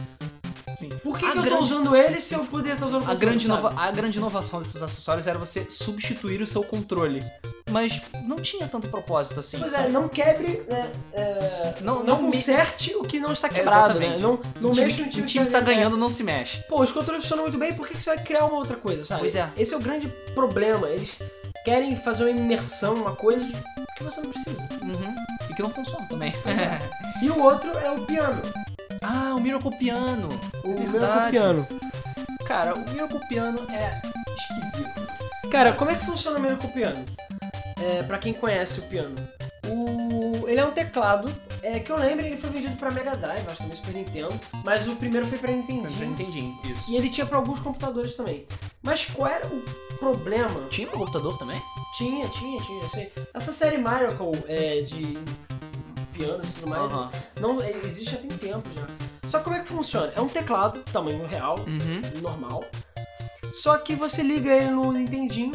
A: Sim.
B: por que,
A: A
B: que eu estou
A: grande-
B: usando eles se eu poderia estar usando o
A: A
B: controle?
A: grande,
B: sabe?
A: inova- a grande inovação desses acessórios era você substituir o seu controle. Mas não tinha tanto propósito assim.
B: Pois
A: sabe?
B: é, não quebre. né, é,
A: Não-
B: não,
A: não me-
B: conserte o que não está quebrado. Né?
A: Exatamente.
B: Não, não
A: o time,
B: mexa no
A: o time que tá
B: é,
A: ganhando não se mexe.
B: Pô, os controles funcionam muito bem, por que, que você vai criar uma outra coisa, sabe?
A: Pois é.
B: Esse é o grande problema. Eles querem fazer uma imersão, uma coisa que você não precisa.
A: E que não funciona também.
B: E o outro é o piano.
A: Ah, o Miracle Piano.
B: O
A: Verdade.
B: meu é o piano.
A: Cara, o Miracle Piano é esquisito.
B: Cara, como é que funciona o Miracle Piano? É, pra quem conhece o piano. O... Ele é um teclado, é, que eu lembro, ele foi vendido pra Mega Drive, acho também Super Nintendo, mas o primeiro foi pra Nintendinho.
A: entendi. Isso.
B: E ele tinha pra alguns computadores também. Mas qual era o problema
A: Tinha um computador também?
B: Tinha, tinha, tinha. Assim, essa série Miracle é, de piano e tudo mais,
A: Aham.
B: não é, existe já tem tempo já. Só que como é que funciona? É um teclado, tamanho real,
A: Uhum.
B: normal. Só que você liga ele no Nintendinho,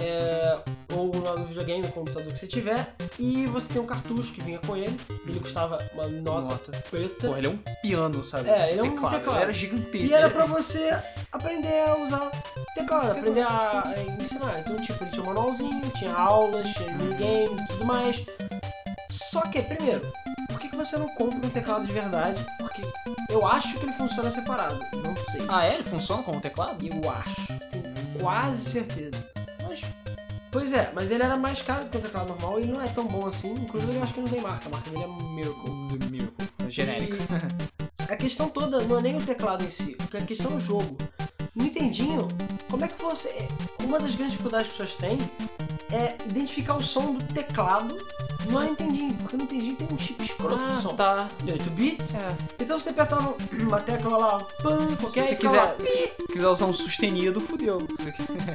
B: é, ou lá no videogame, no computador que você tiver, e você tem um cartucho que vinha com ele. Ele custava uma nota preta.
A: Porra, ele é um piano, sabe?
B: É, ele é um teclado.
A: Ele era gigantesco.
B: E era pra você aprender a usar teclado, aprender a a ensinar. Então, tipo, ele tinha um manualzinho, tinha aulas, tinha minigames e tudo mais. Só que, primeiro, por que, que você não compra um teclado de verdade? Porque eu acho que ele funciona separado. Não sei.
A: Ah, é? Ele funciona como um teclado?
B: Eu acho. Tenho quase certeza. Mas. Pois é, mas ele era mais caro do que o teclado normal e ele não é tão bom assim. Inclusive, eu acho que não tem marca. A marca dele é Miracle.
A: Do Miracle. Genérico.
B: E A questão toda não é nem o teclado em si, porque a questão é o jogo. No Nintendinho, como é que você. Uma das grandes dificuldades que as pessoas têm é identificar o som do teclado no Nintendinho, porque no Nintendinho tem um chip escroto de som.
A: tá.
B: De 8 bits.
A: É.
B: Então você apertava uma tecla lá, pam, qualquer
A: se você
B: e ficava
A: quiser,
B: lá,
A: se quiser usar um sustenido, fudeu.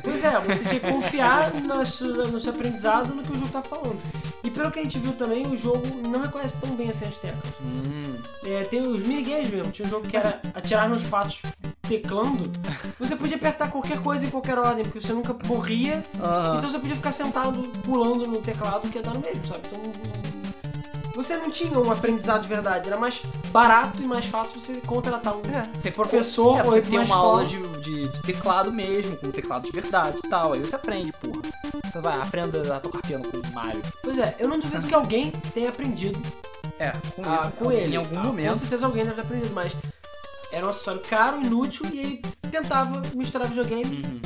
B: Pois é, você tinha que confiar no seu, no seu aprendizado no que o jogo tá falando. E pelo que a gente viu também, o jogo não reconhece tão bem assim as teclas.
A: Hum.
B: É, tem os minigames mesmo, tinha um jogo que era atirar nos patos teclando. Você podia apertar qualquer coisa em qualquer ordem, porque você nunca morria,
A: Ah.
B: então você podia ficar sentado pulando no teclado que ia dar no mesmo, sabe? Então. não- Você não tinha um aprendizado de verdade, era mais barato e mais fácil você contratar um
A: Você
B: professor
A: é,
B: ou
A: você
B: ir pra
A: tem uma
B: escola.
A: aula de, de- de teclado mesmo, com teclado de verdade e tal. Aí você aprende, porra. Então vai, aprenda a tocar piano com o Mario.
B: Pois é, eu não duvido que alguém tenha aprendido
A: É, com
B: Ah, com ele.
A: Em algum
B: Ah, Com
A: momento.
B: certeza alguém deve ter aprendido, mas era um acessório caro, inútil e ele tentava misturar videogame
A: Uhum.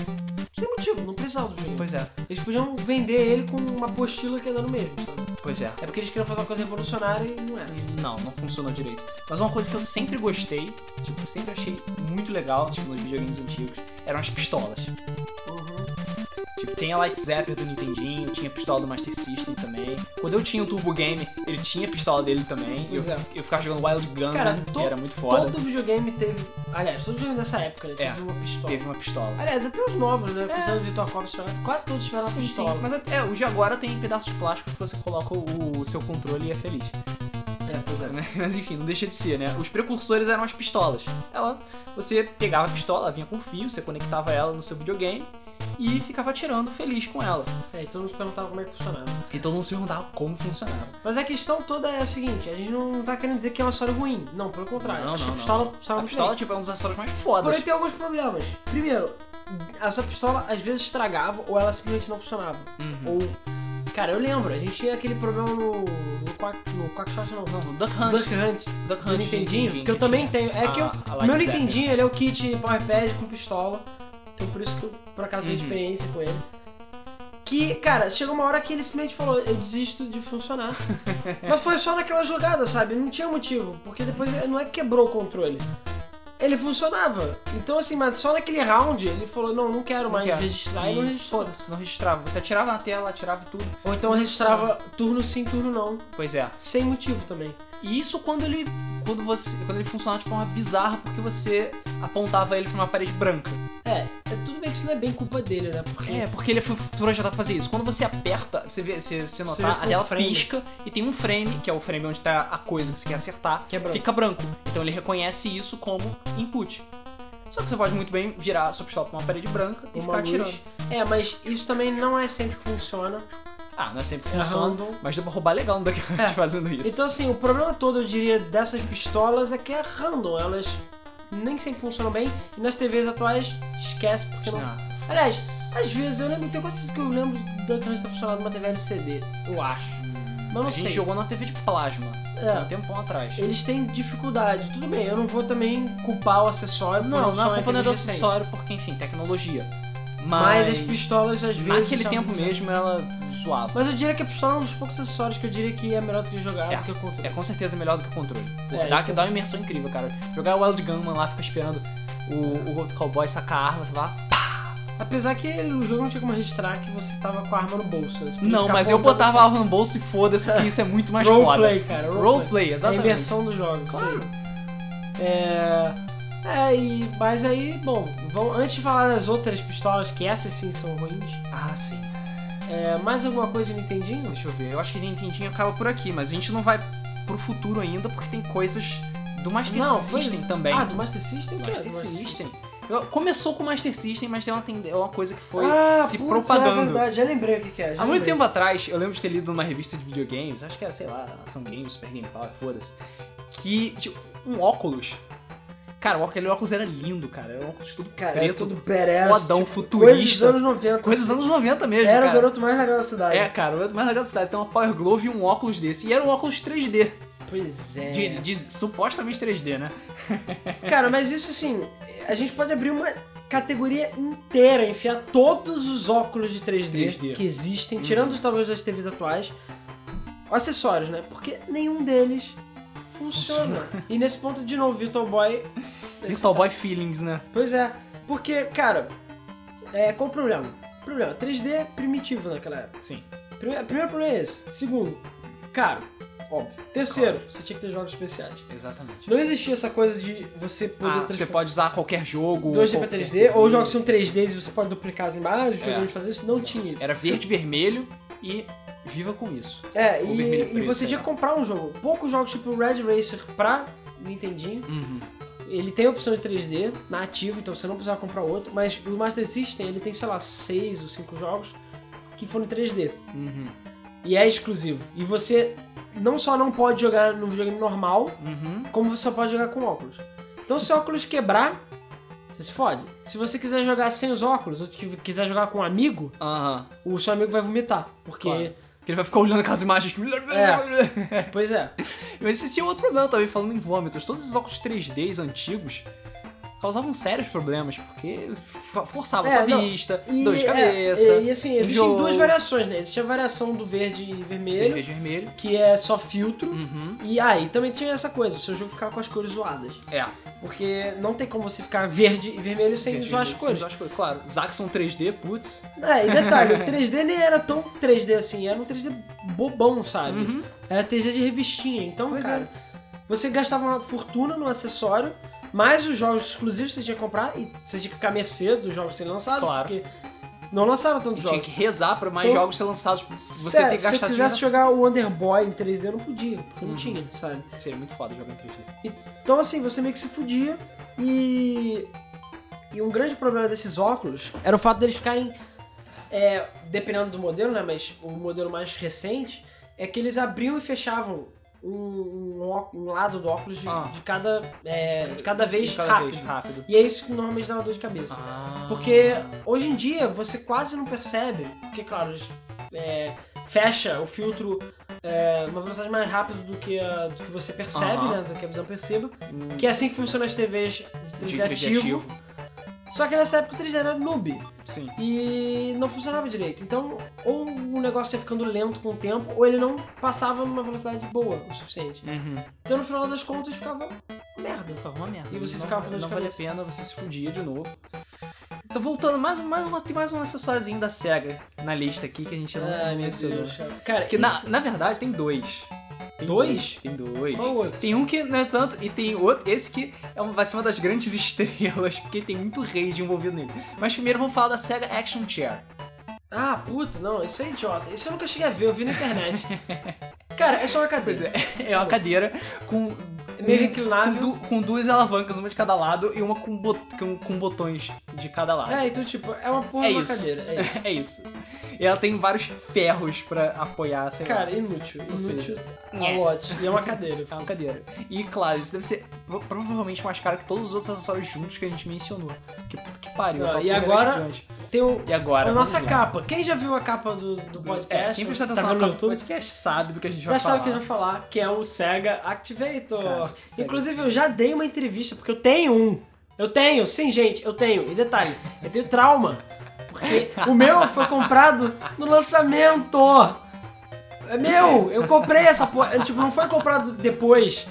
B: sem motivo, não precisava do videogame.
A: Pois é,
B: Eles podiam vender ele com uma apostila que ia dando mesmo, sabe?
A: pois é.
B: É porque eles queriam fazer uma coisa revolucionária e não é.
A: Não, não funcionou direito. Mas uma coisa que eu sempre gostei, tipo, eu sempre achei muito legal, tipo, nos videogames antigos, eram as pistolas.
B: Uhum.
A: Tipo, tem a Light Zapper do Nintendinho, tinha a pistola do Master System também. Quando eu tinha o Turbo Game, ele tinha a pistola dele também. E eu,
B: Pois é.
A: eu ficava jogando Wild Gun,
B: Cara,
A: né,
B: to-
A: e era muito foda.
B: Todo videogame teve. Aliás, todo videogame dessa época, né? Teve uma pistola.
A: Teve uma pistola.
B: Aliás, até os novos, né?
A: É.
B: Precisando do Victor Cops, quase todos tiveram uma
A: Sim,
B: pistola.
A: sim. Mas é, é, os de agora tem pedaços de plástico que você coloca o, o seu controle e é feliz.
B: É, pois é.
A: né? Mas enfim, não deixa de ser, né? Os precursores eram as pistolas. Ela, você pegava a pistola, ela vinha com fio, você conectava ela no seu videogame e ficava atirando feliz com ela.
B: É, e todo mundo se perguntava como é que funcionava.
A: E todo mundo se perguntava como funcionava.
B: Mas a questão toda é a seguinte, a gente não tá querendo dizer que é um acessório ruim. Não, pelo contrário.
A: Não,
B: Acho
A: não,
B: que a pistola
A: A
B: sabe
A: pistola, tipo, é um dos acessórios mais fodas.
B: Porém tem alguns problemas. Primeiro, a sua pistola às vezes estragava ou ela simplesmente não funcionava.
A: Uhum.
B: Ou. Cara, eu lembro, a gente tinha aquele problema no. no Quack. No Quackshot não, não.
A: Não, Tipo, Duck Hunt.
B: Duck Hunt,
A: Duck
B: do
A: Hunt Ah,
B: Nintendinho, que eu também tenho. É que eu, meu Nintendinho, ele é o kit Power Pad com pistola. Então por isso que eu, por acaso, tenho
A: Uhum.
B: experiência com ele. Que, cara, chegou uma hora que ele simplesmente falou, eu desisto de funcionar. Mas foi só naquela jogada, sabe? Não tinha motivo. Porque depois ele- não é que quebrou o controle. Ele funcionava. Então, assim, mas só naquele round ele falou, não, não quero mais registrar. E não registrou.
A: Foda-se, não registrava. Você atirava na tela, atirava e tudo.
B: Ou então registrava turno sim, turno não.
A: Pois é.
B: Sem motivo também.
A: E isso quando ele. Quando você. Quando ele funcionava de forma bizarra, porque você apontava ele pra uma parede branca.
B: É, é tudo bem que isso não é bem culpa dele, né? Porque
A: É, porque ele foi projetado pra fazer isso. Quando você aperta, você vê, você, você
B: Você
A: notar,
B: vê
A: a
B: um
A: tela
B: frame.
A: pisca e tem um frame, que é o frame onde tá a coisa que você quer acertar,
B: Que é branco.
A: fica branco. Então ele reconhece isso como input. Só que você pode muito bem virar a sua pistola pra uma parede branca e
B: uma
A: ficar
B: luz.
A: atirando.
B: É, mas isso também não é sempre que funciona.
A: Ah, não é sempre que
B: É
A: funciona.
B: random.
A: Mas deu pra roubar legal no Duck Hunt
B: É.
A: fazendo isso.
B: Então, assim, o problema todo, eu diria, dessas pistolas é que é random. Elas nem sempre funcionam bem. E nas TVs atuais, esquece porque não.
A: Ah,
B: Aliás, às vezes eu lembro, tem coisas que tá eu lembro da Trans ter funcionado numa TV LCD, eu acho. Mas não
A: Hum, a gente
B: sei.
A: jogou na TV de plasma,
B: É.
A: há um tempão atrás.
B: Eles têm dificuldade. Tudo bem, eu não vou também culpar o acessório. por
A: Não,
B: só
A: não é culpa não é do
B: inteligente.
A: acessório, porque enfim, tecnologia. Mas,
B: Mas, as pistolas, às vezes.
A: naquele
B: são-
A: tempo mesmo ela zoava.
B: Mas eu diria que a pistola é um dos poucos acessórios que eu diria que é melhor do que jogar
A: É.
B: do que o controle.
A: É com certeza melhor do que o controle. Pô,
B: É,
A: dá, dá uma imersão incrível, cara. Jogar Wild Gunman lá, fica esperando o, o outro cowboy sacar a arma, você vai lá.
B: Apesar que o jogo não tinha como registrar que você tava com a arma no bolso. né? Você podia
A: Não,
B: ficar
A: mas eu
B: apontando
A: botava a
B: assim.
A: arma no bolso e foda-se, porque isso é muito mais foda.
B: Roleplay, cara. Roleplay.
A: Roleplay,
B: É a
A: exatamente.
B: invenção dos jogos.
A: Claro.
B: sim. É... é, e... mas aí, bom, vamos... antes de falar das outras pistolas, que essas sim são ruins,
A: Ah, sim.
B: é... mais alguma coisa de Nintendinho?
A: Deixa eu ver. Eu acho que Nintendinho acaba por aqui, mas a gente não vai pro futuro ainda, porque tem coisas do Master
B: Não, pois-
A: System é. também.
B: Ah, do Master System?
A: Do
B: cara,
A: Master System. Eu- Começou com o Master System, mas tem uma, tende- é uma coisa que foi
B: Ah,
A: se
B: putz, É
A: propagando.
B: verdade, já lembrei o que, que é. já
A: Há muito
B: lembrei.
A: tempo atrás, eu lembro de ter lido numa revista de videogames, acho que era, sei lá, Ação Games, Super Game Power, foda-se, que, tipo, um óculos. Cara, o óculos- aquele óculos era lindo, cara. Era um óculos todo
B: Cara, era
A: preto,
B: todo
A: todo fodão,
B: badass, Coisa dos
A: futurista.
B: anos 90.
A: Coisas dos anos 90 mesmo,
B: Era o
A: cara.
B: garoto mais legal da cidade.
A: É, cara, o mais legal da cidade, você tem uma Power Glove e um óculos desse. E era um óculos 3D,
B: Pois é.
A: de, de- supostamente 3D, né?
B: Cara, mas isso assim, a gente pode abrir uma categoria inteira, enfiar todos os óculos de 3D,
A: 3D.
B: que
A: Uhum.
B: existem, tirando talvez as TVs atuais, acessórios, né? Porque nenhum deles funciona. E nesse ponto, de novo, Virtual Boy.
A: Little Boy Feelings, né?
B: Pois é, porque, cara, é, qual o problema? O problema. 3D é primitivo naquela época.
A: Sim.
B: Primeiro, primeiro problema é esse. Segundo, caro. Óbvio. Terceiro, você tinha que ter jogos especiais.
A: Exatamente.
B: Não existia essa coisa de você poder
A: Ah, você pode usar qualquer jogo.
B: 2D pra
A: qualquer
B: 3D, ou
A: coisa.
B: jogos são 3Ds e você pode duplicar as imagens,
A: É.
B: jogando de fazer isso, não tinha isso.
A: Era verde e vermelho e viva com isso.
B: É,
A: ou
B: e,
A: vermelho e
B: e
A: preto, né?
B: você
A: sei
B: tinha
A: lá.
B: que comprar um jogo. Poucos jogos tipo Red Racer pra Nintendinho,
A: Uhum.
B: ele tem a opção de 3D na ativa, então você não precisava comprar outro, mas o Master System, ele tem, sei lá, 6 ou 5 jogos que foram em 3D.
A: Uhum.
B: E é exclusivo. E você não só não pode jogar no videogame normal,
A: Uhum.
B: como você só pode jogar com óculos. Então se o óculos quebrar, você se fode. Se você quiser jogar sem os óculos, ou que- quiser jogar com um amigo,
A: Aham.
B: o seu amigo vai vomitar. Porque.
A: Claro. Porque ele vai ficar olhando aquelas imagens.
B: Pois é.
A: Mas isso tinha um outro problema também, falando em vômitos. Todos esses óculos 3Ds antigos causavam sérios problemas, porque fa- forçava
B: É,
A: sua
B: não.
A: vista,
B: E,
A: dor de
B: é,
A: cabeça,
B: e assim, existem
A: enjoo.
B: duas variações, né? Existe a variação do verde e vermelho,
A: vermelho, vermelho.
B: que é só filtro.
A: Uhum.
B: E aí e também tinha essa coisa, o seu jogo ficava com as cores zoadas.
A: É.
B: Porque não tem como você ficar verde e vermelho sem
A: verde,
B: zoar as
A: vermelho, sem
B: cores.
A: zoar as cores, claro. Zaxxon 3D, putz.
B: É, e detalhe, o 3D nem era tão 3D assim, era um 3D bobão, sabe?
A: Uhum.
B: Era 3D de revistinha, então,
A: Pois é.
B: cara, você gastava uma fortuna no acessório, mais os jogos exclusivos que você tinha que comprar, e você tinha que ficar à mercê dos jogos serem lançados,
A: Claro.
B: porque não lançaram
A: E
B: tantos
A: tinha
B: jogos.
A: que rezar pra mais
B: Então,
A: jogos ser lançados. Você
B: É,
A: ter
B: se eu
A: gastado dinheiro.
B: quisesse
A: Uhum.
B: jogar o Underboy em 3D, eu não podia, porque não tinha, sabe?
A: Seria muito foda jogar em 3D.
B: Então, assim, você meio que se fudia e. E um grande problema desses óculos era o fato deles ficarem. é, dependendo do modelo, né? Mas o modelo mais recente é que eles abriam e fechavam um, um ó- um lado do óculos de,
A: Ah.
B: de cada, é, de cada vez
A: Cada
B: rápido.
A: vez rápido. Ah.
B: E é isso que normalmente dava dor de cabeça. Porque hoje em dia você quase não percebe, porque claro, eles, é, fecha o filtro é, uma velocidade mais rápida do que, a- do que você percebe,
A: Aham.
B: né? Do que a visão perceba.
A: Hum.
B: Que é assim que funciona as TVs de 3D,
A: de 3D
B: ativo.
A: ativo.
B: Só que nessa época o 3D era noob
A: Sim.
B: e não funcionava direito. Então, ou o negócio ia ficando lento com o tempo, ou ele não passava numa velocidade boa o suficiente.
A: Uhum.
B: Então no final das contas ficava merda.
A: Ficava uma merda.
B: E você
A: não,
B: ficava com dor de
A: Não vale a
B: cabeça.
A: pena, você se fudia de novo. Então voltando, mais, mais uma, tem mais um acessóriozinho da SEGA na lista aqui que a gente não
B: Ai, Ah, meu
A: mencionou.
B: Deus. cara. Cara,
A: é Que
B: isso-
A: na, na verdade tem dois. Tem
B: Dois?
A: Tem dois.
B: Qual o outro?
A: Tem um que não é tanto, e tem outro, esse que é um- vai ser uma das grandes estrelas, porque tem muito rage envolvido nele. Mas primeiro vamos falar da SEGA Action Chair.
B: Ah, puta, não, isso é idiota. Isso eu nunca cheguei a ver, eu vi na internet. Cara, é só uma
A: Pois
B: cadeira. É
A: é, é uma cadeira com.
B: Meio
A: com- com,
B: reclinável.
A: du- com duas alavancas, uma de cada lado e uma com, bot- com- com botões de cada lado.
B: É, então, tipo, é uma porra
A: É
B: de uma
A: isso.
B: cadeira. É isso.
A: É isso. E ela tem vários ferros pra apoiar, É. sei
B: Cara,
A: lá.
B: inútil.
A: Ou
B: Inútil a
A: É.
B: lote. E é uma cadeira.
A: É uma cadeira. E claro, isso deve ser pro- provavelmente mais caro que todos os outros acessórios juntos que a gente mencionou. Que puta que pariu.
B: Não,
A: aquela
B: e
A: porra era
B: agora-
A: gigante.
B: Tem o,
A: E agora?
B: a nossa
A: vamos ver.
B: capa. Quem já viu a capa do, do podcast?
A: É, quem prestou
B: tá
A: atenção
B: vendo
A: no
B: no YouTube?
A: podcast sabe do que a gente
B: Já
A: vai
B: sabe
A: falar.
B: o que eu vou falar, que é o Sega Activator.
A: Cara, sério.
B: Inclusive, eu já dei uma entrevista, porque eu tenho um. Eu tenho, sim, gente, eu tenho. E detalhe, eu tenho trauma. Porque o meu foi comprado no lançamento. É meu! Eu comprei essa porra. Tipo, não foi comprado depois.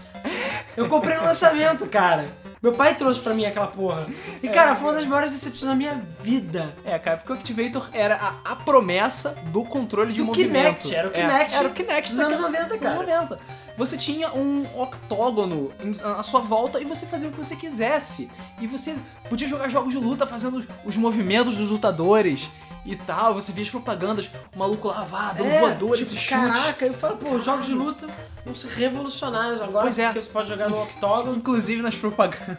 B: Eu comprei no lançamento, cara. Meu pai trouxe pra mim aquela porra. E, cara, foi uma das maiores decepções da minha vida.
A: É, cara, porque o Activator era a, a promessa do controle de
B: Do
A: movimento.
B: Kinect, era o
A: É,
B: Kinect
A: era o Kinect
B: Dos
A: daquela-
B: anos 90,
A: Nos
B: cara.
A: 90. Você tinha um octógono em- à sua volta e você fazia o que você quisesse. E você podia jogar jogos de luta fazendo os, os movimentos dos lutadores e tal. Você via as propagandas, o maluco lavado,
B: É,
A: o voador,
B: tipo,
A: esses chutes.
B: Caraca, eu falo, pô, os jogos de luta vão ser revolucionários agora,
A: Pois é.
B: porque você pode jogar no octógono.
A: Inclusive nas propagandas.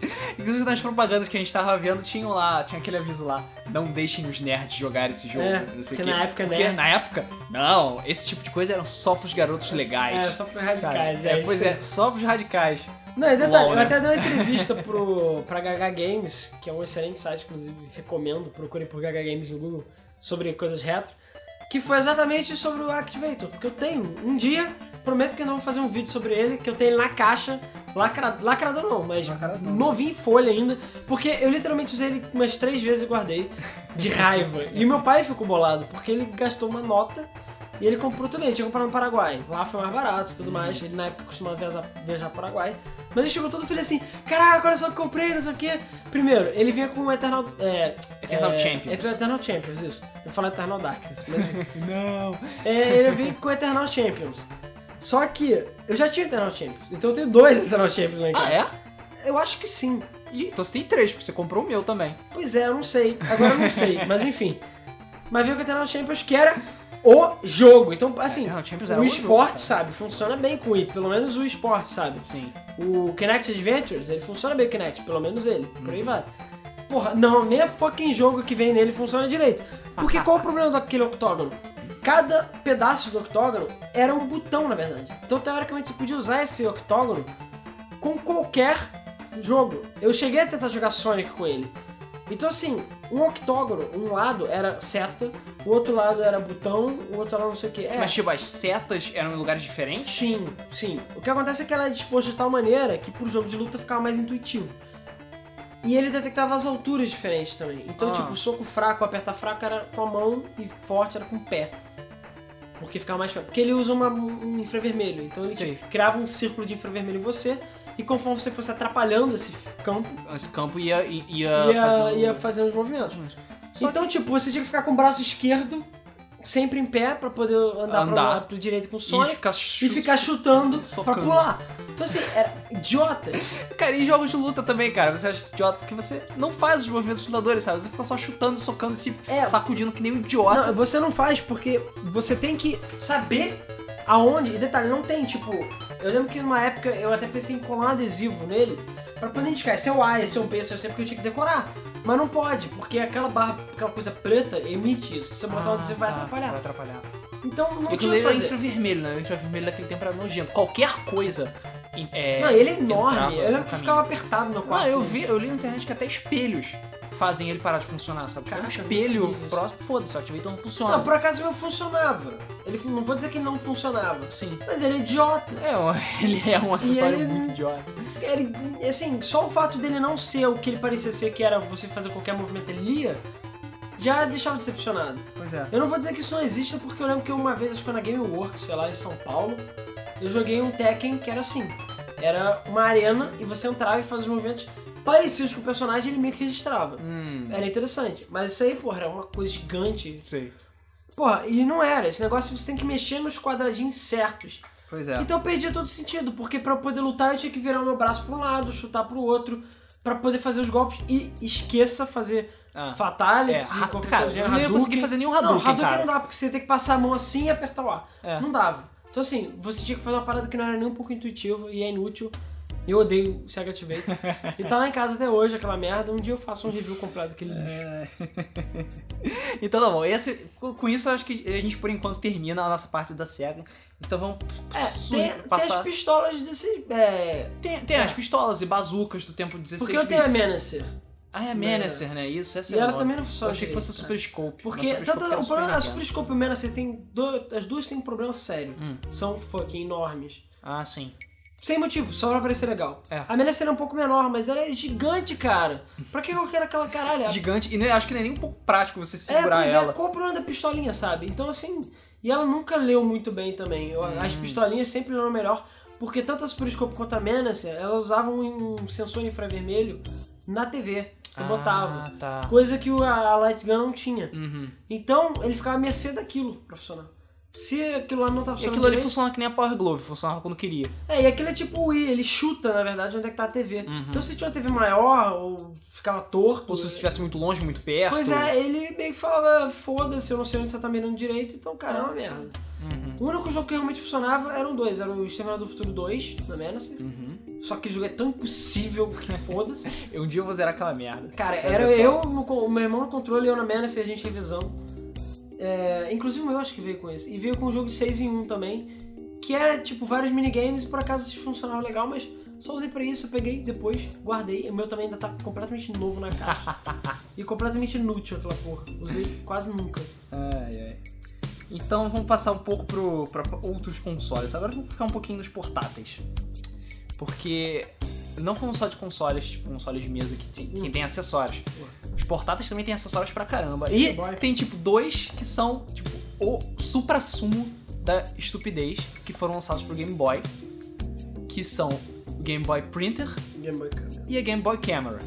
A: Inclusive nas propagandas que a gente tava vendo, tinham lá, tinha aquele aviso lá, não deixem os nerds jogar esse jogo,
B: É,
A: não sei o
B: porque
A: quê.
B: na época,
A: Porque
B: né?
A: na época, não, esse tipo de coisa eram só pros garotos
B: É,
A: legais.
B: só pra
A: sabe?
B: radicais, é,
A: Pois
B: isso
A: é, só pros radicais.
B: Não, e detalhe,
A: Uau,
B: eu
A: né?
B: até dei uma entrevista pro, pra GH Games, que é um excelente site, inclusive, recomendo, procurem por GH Games no Google, sobre coisas retro, que foi exatamente sobre o Activator, porque eu tenho, um dia, prometo que eu não vou fazer um vídeo sobre ele, que eu tenho ele na caixa, lacra, lacrador não, mas
A: Lacrador.
B: novinho em folha ainda, porque eu literalmente usei ele umas três vezes e guardei, de raiva, e meu pai ficou bolado, porque ele gastou uma nota... E
A: Uhum.
B: ele comprou também, ele tinha comprado no Paraguai. Lá foi mais barato e tudo mais. Ele na época costumava viajar, viajar pro Paraguai. Mas ele chegou todo feliz assim, caraca, olha só o que eu comprei, não sei o quê. Primeiro, ele vinha com o Eternal... É,
A: Eternal
B: é,
A: Champions.
B: Eternal- Eternal Champions, isso. Eu falo Eternal Darkness, mas
A: Não.
B: é, ele veio com o Eternal Champions. Só que eu já tinha Eternal Champions, então eu tenho dois Eternal Champions lá em casa.
A: Ah, é?
B: Eu acho que sim.
A: Ih, então você tem três, porque você comprou o meu também.
B: Pois é, eu não sei. Agora eu não sei, mas enfim. Mas veio com o Eternal Champions que era o jogo. Então, assim,
A: Eternal Champions era
B: o
A: o
B: esporte,
A: jogo, cara.
B: sabe, funciona bem com o Wii. Pelo menos o esporte, sabe.
A: Sim.
B: O Kinect Adventures, ele funciona bem Kinect, pelo menos ele, por aí vai. Porra, não, nem a fucking jogo que vem nele funciona direito. Porque qual o problema daquele octógono? Cada pedaço do octógono era um botão, na verdade. Então, teoricamente, você podia usar esse octógono com qualquer jogo. Eu cheguei a tentar jogar Sonic com ele. Então, assim, um octógono, um lado era seta, o outro lado era botão, o outro lado não sei o que. É,
A: Mas tipo, as setas eram em lugares diferentes?
B: Sim, sim. O que acontece é que ela é disposta de tal maneira que pro jogo de luta ficava mais intuitivo. E ele detectava as alturas diferentes também. Então,
A: Ah.
B: tipo, o soco fraco, o apertar fraco era com a mão e forte era com o pé. Porque ficava mais fraco. Porque ele usa uma, um infravermelho. Então ele
A: Sim.
B: tipo, criava um círculo de infravermelho em você. E conforme você fosse atrapalhando esse campo,
A: Esse campo ia, ia, ia fazer um
B: ia,
A: o-
B: ia fazendo os movimentos.
A: Só
B: então, tipo, você tinha que ficar com o braço esquerdo sempre em pé pra poder andar,
A: Andar.
B: Pra, pro direito com o Sonic
A: e ficar
B: e ficar chutando
A: Socando.
B: pra pular. Então assim, era idiota.
A: Cara, e jogos de luta também, cara. Você acha isso idiota porque você não faz os movimentos lutadores, sabe? Você fica só chutando, socando, se
B: É.
A: sacudindo que nem um idiota.
B: Não, você não faz porque você tem que saber aonde. E detalhe, não tem, tipo. Eu lembro que numa época eu até pensei em colar um adesivo nele pra poder indicar esse é o A, esse é o B, esse é o C, porque eu tinha que decorar. Mas não pode, porque aquela barra, aquela coisa preta emite isso. Se você botar um adesivo vai
A: tá,
B: atrapalhar.
A: Vai atrapalhar.
B: Então
A: E
B: não tinha o que
A: aquilo era
B: fazer.
A: infravermelho, né? O infravermelho daquele tempo era nojento. Qualquer coisa. em- É...
B: Não, ele é
A: entrava
B: enorme. Eu
A: no
B: lembro que
A: caminho.
B: ficava apertado no quarto.
A: Não, eu vi, eu li na internet que até espelhos fazem ele parar de funcionar, sabe? Tem um
B: Caraca, eu não
A: espelho
B: sabia disso.
A: próximo, foda-se, o Activator não funciona.
B: Não, por acaso o meu funcionava. Ele, não vou dizer que ele não funcionava.
A: Sim.
B: Mas ele é idiota.
A: É, um- ele é um acessório
B: ele-
A: muito idiota.
B: Ele, assim, só o fato dele não ser o que ele parecia ser, que era você fazer qualquer movimento ele ia, já deixava decepcionado.
A: Pois é.
B: Eu não vou dizer que isso não exista, porque eu lembro que uma vez, acho que foi na Game Works, sei lá, em São Paulo, eu joguei um Tekken que era assim. Era uma arena e você entrava e fazia os movimentos parecidos com o personagem e ele meio que registrava.
A: Hum,
B: Era interessante, mas isso aí, porra, era uma coisa gigante.
A: sei.
B: Porra, e não era. Esse negócio você tem que mexer nos quadradinhos certos.
A: Pois é.
B: Então eu perdia todo sentido, porque pra eu poder lutar eu tinha que virar o meu braço pra um lado, chutar pro outro, pra poder fazer os golpes e esqueça fazer
A: Ah.
B: fatales
A: É,
B: e
A: ra-
B: qualquer
A: cara,
B: coisa,
A: eu não ia
B: Hadouken.
A: conseguir fazer nenhum
B: Não,
A: Hadouken,
B: Hadouken
A: cara.
B: não dá, porque você tem que passar a mão assim e apertar o ar.
A: É.
B: Não dava. Então assim, você tinha que fazer uma parada que não era nem um pouco intuitiva e é inútil. Eu odeio o Sega Activator. e tá lá em casa até hoje, aquela merda. Um dia eu faço um review completo
A: É.
B: daquele lixo.
A: Então tá bom, esse, com com isso eu acho que a gente por enquanto termina a nossa parte da SEGA. Então vamos
B: É,
A: su-
B: tem, tem as
A: passar.
B: pistolas desse... É,
A: Tem, tem as pistolas e bazucas do tempo 16
B: porque eu tenho a
A: bits.
B: Menacer.
A: Ah, é a Menacer, né? Isso, essa
B: E
A: é a
B: ela
A: nova.
B: também não funciona
A: Eu achei que
B: direito,
A: fosse a
B: cara.
A: Super Scope.
B: Porque
A: mas
B: tanto, o problema da
A: é Super Scope
B: Super Scope e o Menacer tem do- as duas têm um problema sério.
A: Hum.
B: São fucking enormes.
A: era Nintendo. Ah, sim.
B: Sem motivo, só pra parecer legal.
A: É.
B: A Menacer é um pouco menor, mas ela é gigante, cara. Pra que eu quero aquela caralho?
A: Gigante, e nem- acho que não é nem um pouco prático você
B: é,
A: segurar
B: pois é,
A: ela.
B: qual o problema da pistolinha, sabe? Então assim, e ela nunca leu muito bem também. Eu-
A: Hum.
B: As pistolinhas sempre leram melhor, porque tanto a Super Scope quanto a Menacer, elas usavam um sensor infravermelho na TV. Você
A: Ah,
B: botava.
A: tá.
B: Coisa que o- a Light Gun não tinha.
A: Uhum.
B: Então, ele ficava à mercê daquilo pra funcionar. Se aquilo lá não tá
A: E
B: funcionando.
A: aquilo ali
B: direito-
A: funcionava que nem a Power Glove, funcionava quando queria.
B: É, e aquilo é tipo o Wii, ele chuta, na verdade, onde é que tá a TV.
A: Uhum.
B: Então, se tinha uma TV maior, ou ficava torto. é.
A: Ou se você estivesse muito longe, muito perto.
B: Pois é, ele meio que falava, foda-se, eu não sei onde você tá mirando direito, então, cara, é uma merda.
A: Uhum.
B: O único jogo que realmente funcionava eram dois, era o Exterminador do Futuro 2, na menos.
A: Uhum.
B: Só que o jogo é tão impossível que foda-se.
A: Eu um dia eu vou zerar aquela merda.
B: Cara,
A: Olha
B: era
A: só.
B: eu, no, con- o meu irmão no controle, eu na Menace e a gente revisando. É, inclusive o meu acho que veio com esse. E veio com um jogo 6 em 1 também, que era tipo vários minigames, por acaso isso funcionava legal, mas só usei pra isso, eu peguei depois, guardei. O meu também ainda tá completamente novo na caixa. e completamente inútil aquela porra. Usei quase nunca.
A: Ai, ai. Então vamos passar um pouco pro, pra outros consoles. Agora vamos ficar um pouquinho nos portáteis. Porque não falando só de consoles, tipo consoles de mesa que, tem- que
B: Hum.
A: tem acessórios.
B: Ué.
A: Os portáteis também tem acessórios pra caramba. E
B: Game Boy.
A: tem tipo dois que são tipo o supra-sumo da estupidez que foram lançados pro Game Boy. Que são Game Boy Printer
B: Game Boy Camera.
A: e a Game Boy Camera.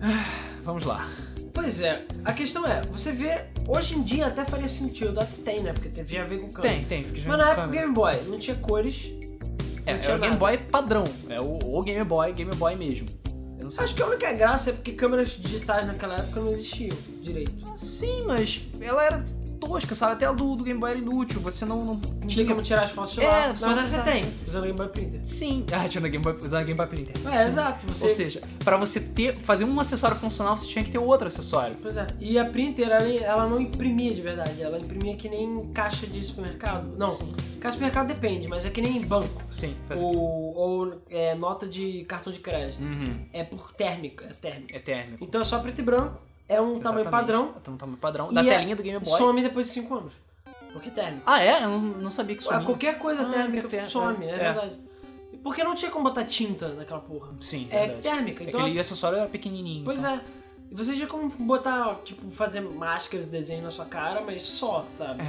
A: Ah, Vamos lá.
B: Pois é, a questão é, você vê, hoje em dia até faria sentido, até tem, né? Porque tem a ver com câmera.
A: Tem, tem. Fica
B: Mas na época o Game Boy não tinha cores.
A: É, é
B: não tinha
A: o Game
B: nada.
A: Boy padrão. É o, o Game Boy, Game Boy mesmo. Eu não sei.
B: Acho que a única graça é porque câmeras digitais naquela época não existiam direito.
A: Sim, mas ela era tosca, sabe? Até a do, do Game Boy era inútil. Você não. não
B: Não tinha como tirar as fotos de
A: É,
B: lá. Mas
A: você não
B: você
A: precisava.
B: tem, usando o Game Boy Printer.
A: Sim. Ah, tinha no Game Boy, usava Game Boy Printer.
B: É, exato. Você...
A: Ou seja, pra você ter, fazer um acessório funcional, você tinha que ter outro acessório.
B: Pois é. E a printer, ela, ela não imprimia de verdade. Ela imprimia que nem caixa de supermercado. Não,
A: Sim. é.
B: caixa de supermercado depende, mas é que nem banco.
A: Sim. faz-
B: Ou, ou é, nota de cartão de crédito.
A: Uhum.
B: É por térmica, é térmica.
A: É térmico.
B: Então é só preto e branco, é um tamanho
A: Exatamente.
B: padrão,
A: Então, tamanho padrão.
B: E
A: Da
B: é-
A: telinha do Game Boy.
B: some depois de 5 anos. Porque é térmico.
A: Ah, é? Eu não, não sabia que
B: Ué,
A: sumia.
B: qualquer coisa
A: Ah,
B: térmica
A: que é ter-
B: some, é,
A: é.
B: verdade. Porque não tinha como botar tinta naquela porra.
A: Sim,
B: É
A: verdade.
B: térmica, então.
A: Aquele acessório era pequenininho.
B: Pois
A: então.
B: é. E você tinha como botar, tipo, fazer máscaras, desenho na sua cara, mas só, sabe?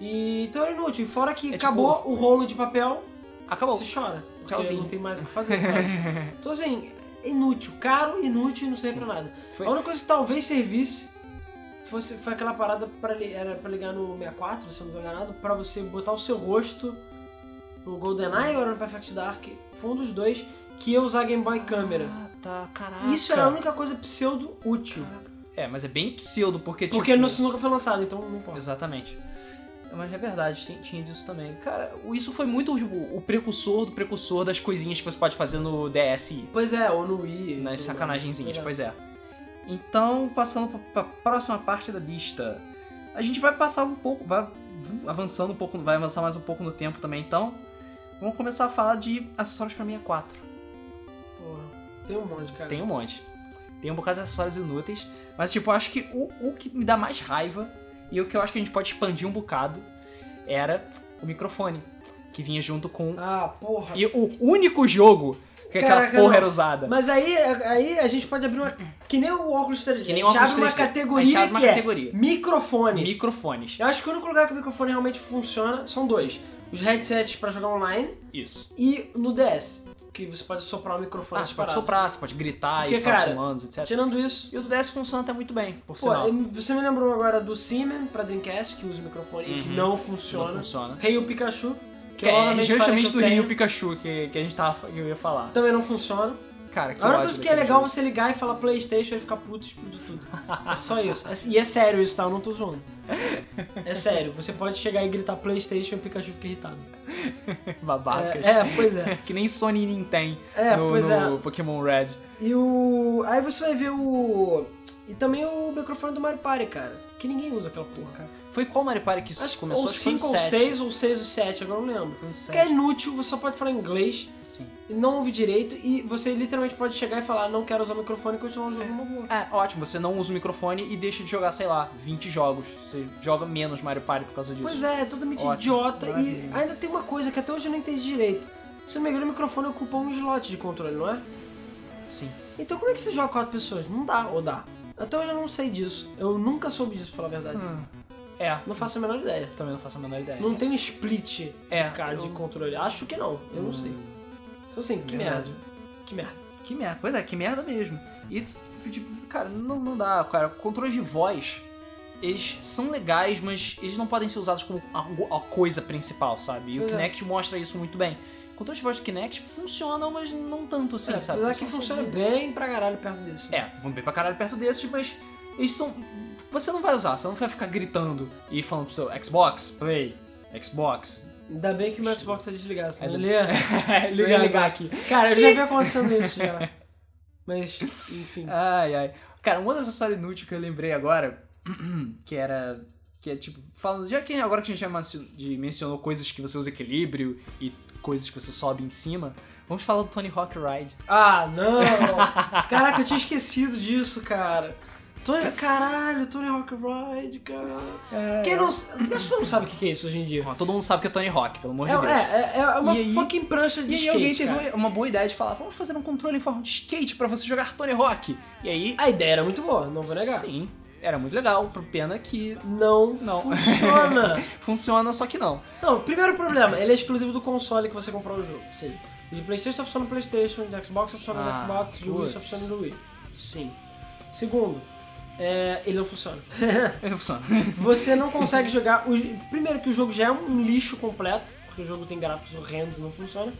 B: E então era inútil. E Fora que
A: É
B: acabou o rolo de papel,
A: Acabou.
B: você chora. Porque
A: Tchauzinho.
B: não tem mais o que fazer, sabe? Então assim, inútil. Caro, inútil e não serve
A: Sim.
B: pra nada.
A: Foi-
B: A única coisa que talvez servisse fosse, foi aquela parada pra, li- era pra ligar no 64, se eu não tô enganado, pra você botar o seu rosto no GoldenEye ou era no Perfect Dark. Foi um dos dois que ia usar Game Boy Câmera.
A: Ah, tá, caraca.
B: Isso era a única coisa pseudo útil.
A: É, mas é bem pseudo, porque tipo.
B: Porque não- isso nunca foi lançado, então não importa.
A: Exatamente. Mas é verdade, tinha, tinha disso também. Cara, o- isso foi muito tipo, o precursor do precursor das coisinhas que você pode fazer no DSi.
B: Pois é, ou no Wii.
A: Nas
B: tudo
A: sacanagenzinhas,
B: mais.
A: pois é. Então, passando pra, pra próxima parte da lista. A gente vai passar um pouco, vai avançando um pouco, vai avançar mais um pouco no tempo também, então. Vamos começar a falar de acessórios pra 64.
B: Porra, tem um monte, cara.
A: Tem um monte. Tem um bocado de acessórios inúteis. Mas, tipo, eu acho que o, o que me dá mais raiva e o que eu acho que a gente pode expandir um bocado era o microfone. Que vinha junto com.
B: Ah, porra.
A: E o único jogo que aquela
B: Caraca,
A: porra
B: não.
A: era usada.
B: Mas aí, aí a gente pode abrir uma. Que nem o óculos 3D.
A: Que nem
B: a gente
A: óculos
B: abre uma
A: 3D.
B: categoria
A: A gente abre uma
B: que
A: categoria.
B: é microfones.
A: Microfones.
B: Eu acho que o único lugar que o microfone realmente funciona são dois: os headsets pra jogar online
A: Isso.
B: e no DS, que você pode soprar o microfone
A: Ah, você pode
B: separado.
A: soprar, você pode gritar
B: Porque,
A: e falar
B: cara,
A: comandos, etc.
B: Tirando isso.
A: E o do DS funciona até muito bem, por
B: Pô,
A: sinal.
B: eu- você me lembrou agora do Seaman pra Dreamcast, que usa o microfone e que
A: Uhum.
B: não
A: Não
B: funciona.
A: funciona.
B: Rei o Pikachu,
A: Que
B: que, eu
A: é
B: obviamente falei
A: justamente
B: que eu
A: do Rio
B: tenho,
A: Pikachu que, que a gente tava, que eu ia falar.
B: Também não funciona.
A: Cara, que
B: A única
A: ódio
B: coisa que é
A: daquele
B: legal é
A: jogo.
B: você ligar e falar Playstation e ficar puto e explodir tudo. É só isso. É- E é sério isso, tá? Eu não tô zoando. É sério, você pode chegar e gritar Playstation e o Pikachu fica irritado.
A: Babacas.
B: É, é, pois é.
A: que nem Sony e Nintendo
B: É,
A: no,
B: pois
A: no Pokémon Red.
B: é. E o. Aí você vai ver o. E também o microfone do Mario Party, cara. Que ninguém usa aquela porra, cara.
A: Foi qual Mario Party que isso
B: Acho que
A: começou?
B: ou
A: Acho que foi no
B: 5 ou
A: sete.
B: 6, ou 6 ou 7, agora eu não lembro.
A: Foi no
B: Porque é
A: sete,
B: inútil, você só pode falar inglês,
A: sim.
B: não ouve direito, e você literalmente pode chegar e falar, não quero usar o microfone e continuar o jogo numa boa.
A: É, ótimo, você não usa o microfone e deixa de jogar, sei lá, 20 jogos. Você joga menos Mario Party por causa disso.
B: Pois é, é totalmente
A: Ótimo.
B: idiota. E
A: Maravilha.
B: ainda tem uma coisa que até hoje eu não entendi direito. Se não me engano, o microfone ocupa um slot de controle, não é?
A: Sim.
B: Então como é que você joga quatro pessoas? Não dá, ou dá. Até hoje eu não sei disso. Eu nunca soube disso, pra falar a verdade.
A: É,
B: Não faço a menor ideia.
A: também não faço a menor ideia.
B: Não tem um split
A: É.
B: cara, de
A: eu-
B: controle. Acho que não, eu não sei. Então assim, que merda.
A: Verdade.
B: Que merda.
A: Que merda. Pois é, que merda mesmo. E, tipo, cara, não, não dá, cara. Controles de voz, eles são legais, mas eles não podem ser usados como a, a coisa principal, sabe? E o
B: Pois é.
A: Kinect mostra isso muito bem. Controles de voz do Kinect funcionam, mas não tanto assim,
B: é,
A: sabe?
B: apesar que
A: Funcionam
B: funciona
A: só-
B: bem pra caralho perto disso.
A: É, vamos bem pra caralho perto desses, mas eles são. Você não vai usar, você não vai ficar gritando e falando pro seu Xbox, Play, Xbox.
B: Ainda bem que o meu Xbox tá desligado, senão
A: É,
B: ele ia...
A: Você vai ligar aqui.
B: Cara, eu já vi acontecendo isso já. Mas, enfim.
A: Ai, ai. Cara, um outro acessório inútil que eu lembrei agora, que era. Que é tipo, falando. Já que agora que a gente já mencio- de- mencionou coisas que você usa equilíbrio e coisas que você sobe em cima, vamos falar do Tony Hawk Ride.
B: Ah, não! Caraca, eu tinha esquecido disso, cara. Tony, caralho, Tony Hawk Ride, caralho. Quem não. Acho que não sabe o que que é isso hoje em dia.
A: Bom, todo mundo sabe que é Tony Hawk, pelo amor
B: É,
A: de Deus.
B: é, é, é uma
A: E aí-
B: fucking prancha
A: E
B: de
A: aí
B: skate,
A: alguém teve
B: cara.
A: uma- uma boa ideia de falar, vamos fazer um controle em forma de skate pra você jogar Tony Hawk. E aí,
B: A ideia era muito boa, não vou negar.
A: Sim, era muito legal, pro pena que
B: Não,
A: Não.
B: funciona.
A: funciona, só que não.
B: não, primeiro problema, ele é exclusivo do console que você comprou o jogo. Sim. De Playstation só funciona no Playstation, de Xbox só funciona
A: Ah,
B: no Xbox, do Wii só
A: putz.
B: funciona no Wii. Sim. Segundo, é, ele não funciona.
A: Ele funciona.
B: Você não consegue jogar. o j- primeiro que o jogo já é um lixo completo, porque o jogo tem gráficos horrendos, não funciona.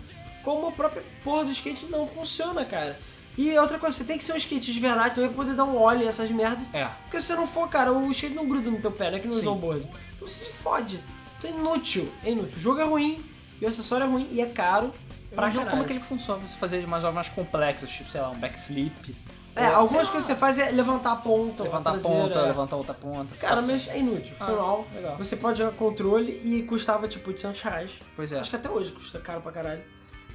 B: Como a própria porra do skate não funciona, cara. E outra coisa, você tem que ser um skate de verdade, não vai poder dar um olho nessas merdas.
A: É.
B: Porque se você não for, cara, o skate não gruda no teu pé, né? Que no
A: Sim.
B: snowboard. Então você se fode. Então é inútil. É inútil. O jogo é ruim, e o acessório é ruim, e é caro. Pra
A: Pra jogo, como é
B: caralho.
A: que ele funciona? Você fazer umas obras mais complexas, tipo, sei lá, um backflip.
B: É,
A: ou, sei
B: algumas
A: lá,
B: coisas que você faz é levantar a ponta.
A: Levantar a
B: traseira,
A: ponta,
B: é.
A: levantar outra ponta.
B: Cara,
A: assim.
B: mas é inútil. Foi
A: Ah,
B: mal.
A: legal.
B: Você pode jogar controle e custava tipo 800 reais.
A: Pois é.
B: Acho que até hoje custa caro pra caralho.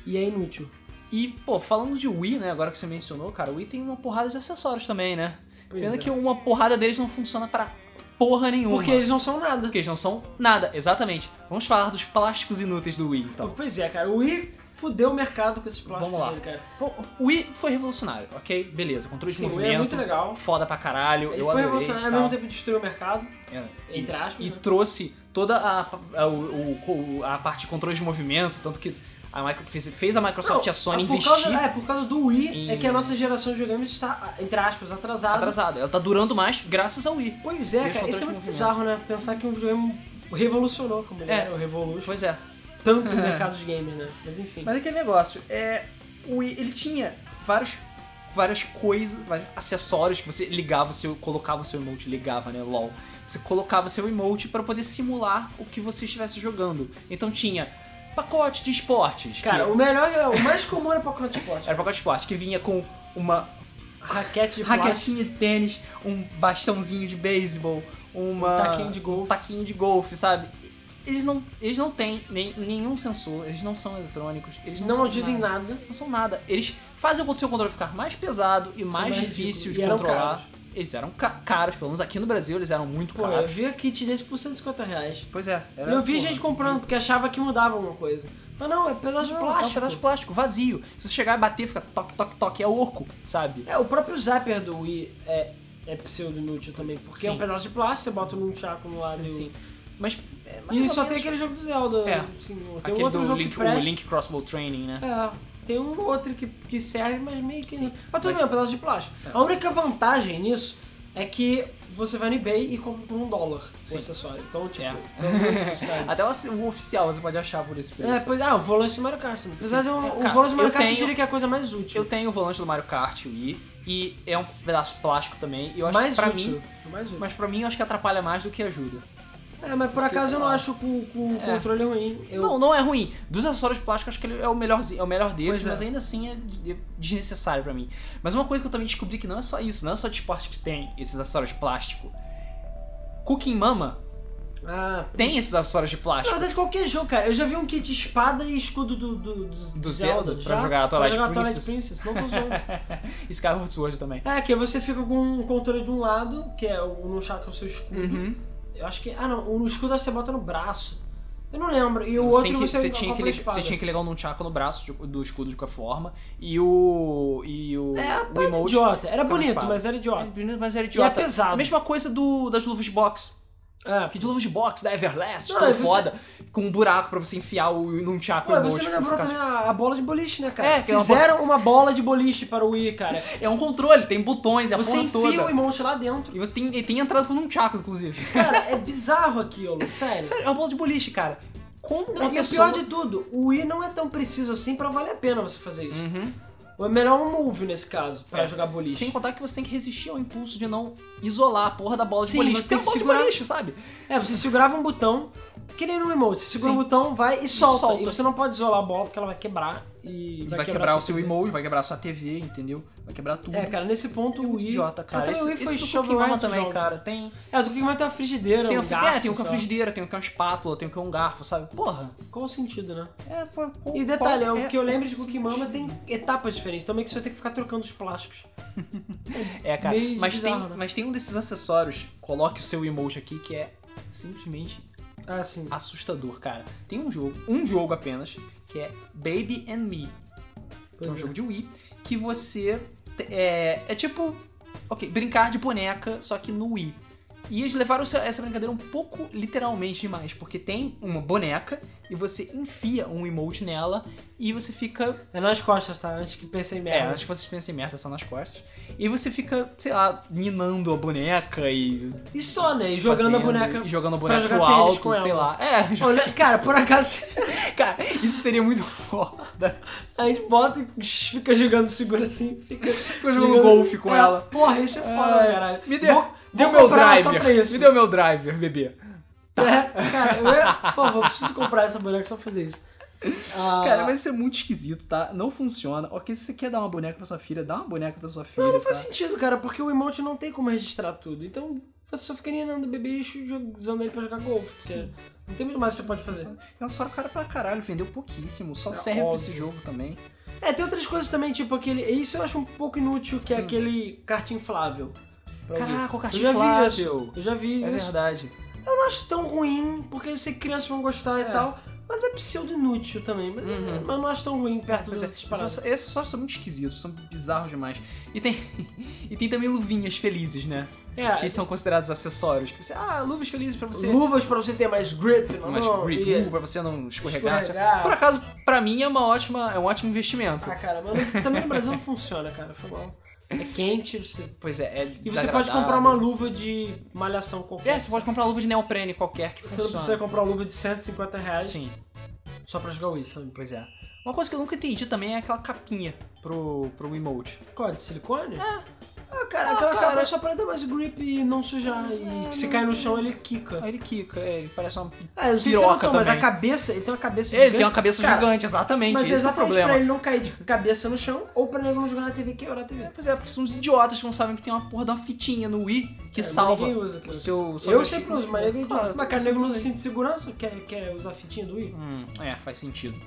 B: E é inútil.
A: E, pô, falando de Wii, né, agora que você mencionou, cara, o Wii tem uma porrada de acessórios também, né?
B: Pois
A: Pena
B: é.
A: que uma porrada deles não funciona pra porra nenhuma.
B: Porque eles não são nada.
A: Porque eles não são nada, exatamente. Vamos falar dos plásticos inúteis do Wii, então.
B: Pois é, cara. O Wii fudeu o mercado com esses plásticos
A: Vamos lá.
B: dele, cara.
A: Bom, o Wii foi revolucionário, ok? Beleza, controle
B: Sim, o
A: de
B: Wii é
A: movimento.
B: muito legal.
A: Foda pra caralho,
B: Ele
A: eu
B: foi
A: adorei.
B: revolucionário,
A: e
B: ao
A: tal.
B: mesmo tempo destruiu o mercado.
A: É,
B: Entre
A: isso.
B: aspas,
A: E
B: né?
A: trouxe toda a, a, o- o- o- a parte de controle de movimento, tanto que a Micro, fez, fez a Microsoft e a Sony
B: por
A: investir
B: causa, é, por causa do Wii é
A: em-
B: que a nossa geração de videogames está, entre aspas, atrasada.
A: atrasado. Ela tá durando mais graças ao Wii.
B: Pois é,
A: Eles
B: cara.
A: controlam
B: Isso é
A: esse
B: muito
A: movimento.
B: bizarro, né? Pensar que um videogame revolucionou, como ele
A: É.
B: era, o Revolution.
A: Pois é.
B: Tanto o mercado de games, né? Mas enfim.
A: Mas aquele negócio, é. O Wii, ele tinha vários. Várias coisas, vários acessórios que você ligava o seu. colocava o seu emote, ligava, né? LOL. Você colocava o seu emote pra poder simular o que você estivesse jogando. Então tinha pacote de esportes. que
B: Cara, o melhor, o mais comum era Pokémon de esporte.
A: era pacote de esportes, que vinha com uma
B: Raquete de plástico,
A: raquetinha de tênis, um bastãozinho de beisebol, uma.
B: taquinho de
A: um
B: golfe.
A: taquinho de golfe, sabe? Eles não, eles não têm nem, nenhum sensor, eles não são eletrônicos, eles não,
B: Não
A: são
B: ajuda em nada.
A: não são nada. Eles fazem o seu controle ficar mais pesado e mais,
B: mais
A: difícil
B: ridículo.
A: de
B: E eram
A: controlar.
B: caros.
A: Eles eram ca- caros, pelo menos aqui no Brasil eles eram muito
B: Pô, eu
A: caros.
B: vi a kit desse por 150 reais.
A: Pois é.
B: E
A: era-
B: eu vi
A: porra,
B: gente comprando porque achava que mudava alguma coisa. Mas não, é pedaço de
A: Não,
B: plástico.
A: É um pedaço de plástico, vazio. Se você chegar e bater, fica toque, toque, toque, é oco, sabe?
B: É, o próprio zapper do Wii é, é pseudo-inútil também, porque é um
A: Sim.
B: pedaço de plástico, você bota num chaco no lado e...
A: Sim. Mas. é, mais
B: E
A: ou
B: só
A: menos
B: tem aquele jogo do Zelda.
A: É.
B: Assim, tem
A: aquele
B: outro
A: do
B: jogo
A: Link,
B: que
A: o
B: presta.
A: Link Crossbow Training, né?
B: É, tem um outro que, que serve, mas meio que.
A: Sim.
B: Mas tudo
A: Mas-
B: bem, é um pedaço de plástico. A única vantagem nisso é que você vai no eBay e compra por um dólar
A: Sim.
B: o acessório. Então, tipo,
A: É.
B: pelo menos isso, sabe?
A: Até o, o oficial você pode achar por esse preço.
B: É, pois, ah, o volante do Mario Kart. também. Apesar
A: Sim.
B: de um,
A: É,
B: o
A: cara,
B: volante do Mario
A: eu
B: Kart eu
A: tenho-
B: diria que é a coisa mais
A: Eu
B: útil.
A: tenho o volante do Mario Kart Wii e é um pedaço plástico também. E eu acho
B: mais
A: que pra
B: útil.
A: mim.
B: É mais útil.
A: Mas pra mim eu acho que atrapalha mais do que ajuda.
B: é, mas por
A: porque,
B: acaso
A: sei
B: eu não
A: lá.
B: acho que o, que o
A: É.
B: controle ruim. Eu,
A: Não, não é ruim. Dos acessórios plásticos, acho que ele é o melhor, é o melhor deles,
B: Pois é.
A: mas ainda assim é de- é desnecessário pra mim. Mas uma coisa que eu também descobri que não é só isso, não é só de esporte que tem esses acessórios de plástico. Cooking Mama
B: Ah,
A: tem esses acessórios de
B: na
A: plástico.
B: verdade, qualquer jogo, cara. Eu já vi um kit de espada e escudo do, do, do,
A: Do Zelda, pra
B: já,
A: jogar a Twilight
B: pra jogar
A: Princess.
B: Princess. Não tô zoando.
A: Skyward Sword também.
B: É, que você fica com um controle de um lado, que é o no chakra o seu escudo.
A: Uhum.
B: Eu acho que. Ah, não, o escudo você bota no braço. Eu não lembro. E o
A: Você tem
B: outro
A: que-
B: você,
A: você tinha que
B: compra a
A: lig-
B: espada.
A: você tinha que ligar um chaco no braço de- do escudo de qualquer forma. E o. E o.
B: É,
A: o
B: era
A: emote.
B: idiota. Era
A: fica na
B: bonito,
A: espada.
B: mas era
A: É,
B: idiota.
A: Mas era
B: E é
A: idiota.
B: pesado.
A: Mesma coisa do, das luvas de boxe.
B: É.
A: Que de luvas de boxe da Everlast,
B: Não,
A: tão
B: e você-
A: foda, com um buraco pra você enfiar o nunchaku
B: Ué,
A: emote
B: você me
A: pra
B: lembrou
A: tipo, ficar-
B: também a, a bola de boliche, né, cara?
A: É, aquela
B: Fizeram uma bola de boliche para o Wii, cara.
A: É um controle, tem botões, é a
B: Você
A: porra
B: enfia
A: toda.
B: o emote lá dentro.
A: E você tem, e tem entrada pro nunchaku, inclusive.
B: Cara, é bizarro aquilo, sério.
A: Sério, é uma bola de boliche, cara. Como uma
B: E o
A: pessoa...
B: pior de tudo, o Wii não é tão preciso assim pra valer a pena você fazer isso.
A: Uhum.
B: É melhor um move nesse caso, pra
A: É.
B: jogar boliche.
A: Sem contar que você tem que resistir ao impulso de não isolar a porra da bola de
B: Sim,
A: boliche.
B: você
A: tem
B: tem
A: uma
B: que
A: bola de
B: segurar.
A: boliche, sabe?
B: É, você segurava um botão, que nem no emote. Você segura
A: Sim.
B: um botão, vai e solta.
A: solta.
B: E você não pode isolar a bola porque ela vai quebrar e.
A: E vai, quebrar o seu
B: TV.
A: emote, vai quebrar sua TV, entendeu? Vai quebrar tudo.
B: É, um cara, nesse ponto o Wii.
A: idiota, cara.
B: Até
A: Esse,
B: o Wii
A: esse
B: foi
A: do
B: shovel
A: Pokémon
B: Knight
A: também,
B: jogos.
A: cara. Tem...
B: É, do que vai ter uma frigideira,
A: Tem,
B: um
A: o-
B: garfo,
A: é, tem o que é
B: sei
A: uma
B: lá.
A: frigideira, tem o que é uma espátula, tem o que é um garfo, sabe? Porra.
B: Qual o sentido, né?
A: É, pô, qual-
B: E detalhe, é
A: qual
B: o que eu lembro de
A: esse
B: Cookie Mama tem
A: sentido?
B: etapas diferentes. Também que você vai ter que ficar trocando os plásticos.
A: É, cara,
B: meio
A: mas,
B: bizarro,
A: tem,
B: né?
A: mas tem um desses acessórios, coloque o seu emote aqui, que é simplesmente
B: Ah, sim.
A: assustador, cara. Tem um jogo, um jogo apenas, que é Baby and Me, que é um
B: Pois é.
A: jogo de Wii, que você. te- É, é tipo. Ok, brincar de boneca, só que no Wii. E eles levaram essa- essa brincadeira um pouco literalmente demais, porque tem uma boneca e você enfia um emote nela e você fica
B: É nas costas, tá? Antes que pensei
A: é,
B: merda.
A: acho que vocês pensem merda só nas costas. E você fica, sei lá, minando a boneca e.
B: E só, né? E jogando a
A: fazendo,
B: boneca.
A: E jogando a boneca
B: jogar
A: pro
B: tênis
A: alto,
B: com
A: sei
B: ela.
A: lá. É, jo-
B: Olha, cara, por acaso
A: cara, isso seria muito foda.
B: a gente bota e fica jogando segura assim, fica, fica
A: jogando golfe com
B: É,
A: ela.
B: Porra, isso é foda,
A: É.
B: caralho.
A: Me deu,
B: Vou-
A: deu
B: vou
A: meu
B: comprar só pra
A: driver.
B: isso.
A: Me deu meu driver, bebê. Tá.
B: É, cara, eu, ia- por favor, preciso comprar essa boneca só pra fazer isso. Ah,
A: Cara, mas isso é muito esquisito, tá? Não funciona. Ok, se você quer dar uma boneca pra sua filha, dá uma boneca pra sua filha.
B: Não, não
A: tá?
B: faz sentido, cara, porque o emote não tem como registrar tudo. Então você só fica ninando o bebê e jog- usando ele pra jogar golfe. porque Não tem muito mais que você pode fazer.
A: É um só cara pra caralho, vendeu pouquíssimo. Só
B: É
A: serve pra
B: óbvio.
A: esse jogo também.
B: É, tem outras coisas também, tipo aquele. Isso eu acho um pouco inútil,
A: Hum.
B: que é aquele carta inflável. Pra alguém.
A: Caraca, o
B: eu
A: cartinho
B: já vi isso.
A: inflável.
B: Eu já vi
A: É
B: isso.
A: verdade.
B: Eu não acho tão ruim, porque eu sei que crianças vão gostar
A: É.
B: e tal. Mas é pseudo inútil também. Mas,
A: Uhum.
B: mas eu não acho tão ruim perto
A: Pois
B: dos
A: é,
B: outros paradas.
A: esses- esses só são muito esquisitos, são bizarros demais. E tem, e tem também luvinhas felizes, né?
B: É,
A: Que são considerados acessórios. Que você, ah, luvas felizes pra você.
B: luvas pra você ter mais grip, não
A: mais
B: não,
A: grip, uh,
B: e- é
A: luva pra você não escorregar.
B: Escorregar.
A: Por acaso, pra mim é uma ótima, é um ótimo investimento.
B: Ah, cara, mas no- também no Brasil não funciona, cara. Foi mal. É quente, você
A: Pois é, é
B: E você pode comprar
A: desagradável.
B: uma luva de malhação qualquer.
A: É, você pode comprar luva de neoprene qualquer que
B: Você não
A: funcione.
B: precisa comprar uma luva de 150 reais
A: Sim,
B: só pra jogar Wii, sabe?
A: pois é. Uma coisa que eu nunca entendi também é aquela capinha pro, pro emote.
B: Qual? De silicone? É. Ah, cara,
A: Ah,
B: aquela
A: cara. É,
B: capa é só pra dar mais grip e não sujar. E se cair no chão, ele quica.
A: Aí ele quica, é, ele parece uma.
B: Ah, eu não sei se você
A: Piroca
B: notou, mas a
A: também.
B: cabeça, ele tem uma cabeça
A: Ele
B: gigante.
A: tem uma cabeça
B: Cara,
A: gigante, exatamente.
B: Mas
A: esse que é o
B: exatamente
A: problema.
B: pra ele não cair de cabeça no chão ou pra ele não jogar na TV e quebrar a TV.
A: É, pois é, porque são uns idiotas que não sabem que tem uma porra de uma fitinha no Wii que
B: É, mas
A: salva
B: ninguém usa aquilo.
A: o seu... seu
B: Eu
A: joystick.
B: sempre uso, mas ninguém
A: Claro,
B: Mas
A: é eu
B: cara, nego não
A: sempre
B: usa
A: usei.
B: cinto de segurança, quer, quer usar fitinha do Wii?
A: Hum, é, faz sentido.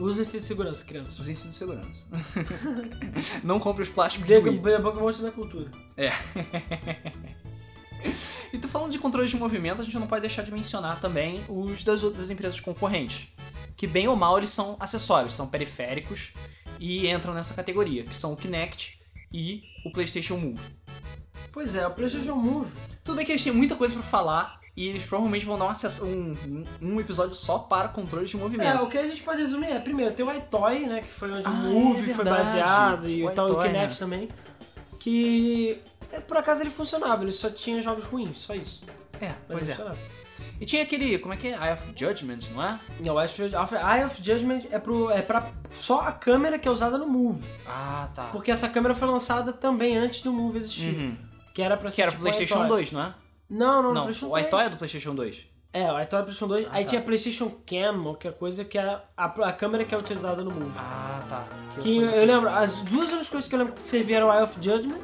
B: Usa cinto de segurança, crianças.
A: Usem cinto de segurança. não compre os plásticos do
B: Dega
A: Wii.
B: Pokémon da cultura.
A: E tô falando de controles de movimento, a gente não pode deixar de mencionar também os das outras empresas concorrentes. Que bem ou mal eles são acessórios, são periféricos e entram nessa categoria, que são o Kinect e o PlayStation Move.
B: Pois é, o
A: um
B: PlayStation Move.
A: Tudo bem que eles têm muita coisa pra falar e eles provavelmente vão dar um, acesso- um- um episódio só para controles de
B: É,
A: movimento.
B: o que a gente pode resumir é, primeiro, tem o iToy, né, que foi onde
A: Ah,
B: o Move
A: é
B: foi
A: verdade.
B: baseado, e
A: O
B: o tal o
A: iToy, né.
B: Kinect também, que é, por acaso ele funcionava, ele só tinha jogos ruins, só isso. Mas
A: É, pois
B: ele
A: é.
B: funcionava.
A: E tinha aquele, como é que é? Eye of Judgment, não é?
B: Não, Eye of, Eye of Judgment é, pro, é pra só a câmera que é usada no Move,
A: Ah, tá.
B: porque essa câmera foi lançada também antes do Move existir,
A: Uhum.
B: que era pra ser
A: Que era pro
B: tipo
A: PlayStation
B: iToy.
A: 2, não é?
B: Não, não,
A: Não,
B: no PlayStation
A: o
B: 3.
A: iToy é do PlayStation 2.
B: É, o iToy é PlayStation 2,
A: Ah,
B: aí
A: tá.
B: tinha PlayStation Cam, ou qualquer coisa, que é a, a câmera que é utilizada no Move.
A: Ah, tá.
B: Que eu lembro, as duas únicas coisas que eu lembro que servia era o Eye of Judgment,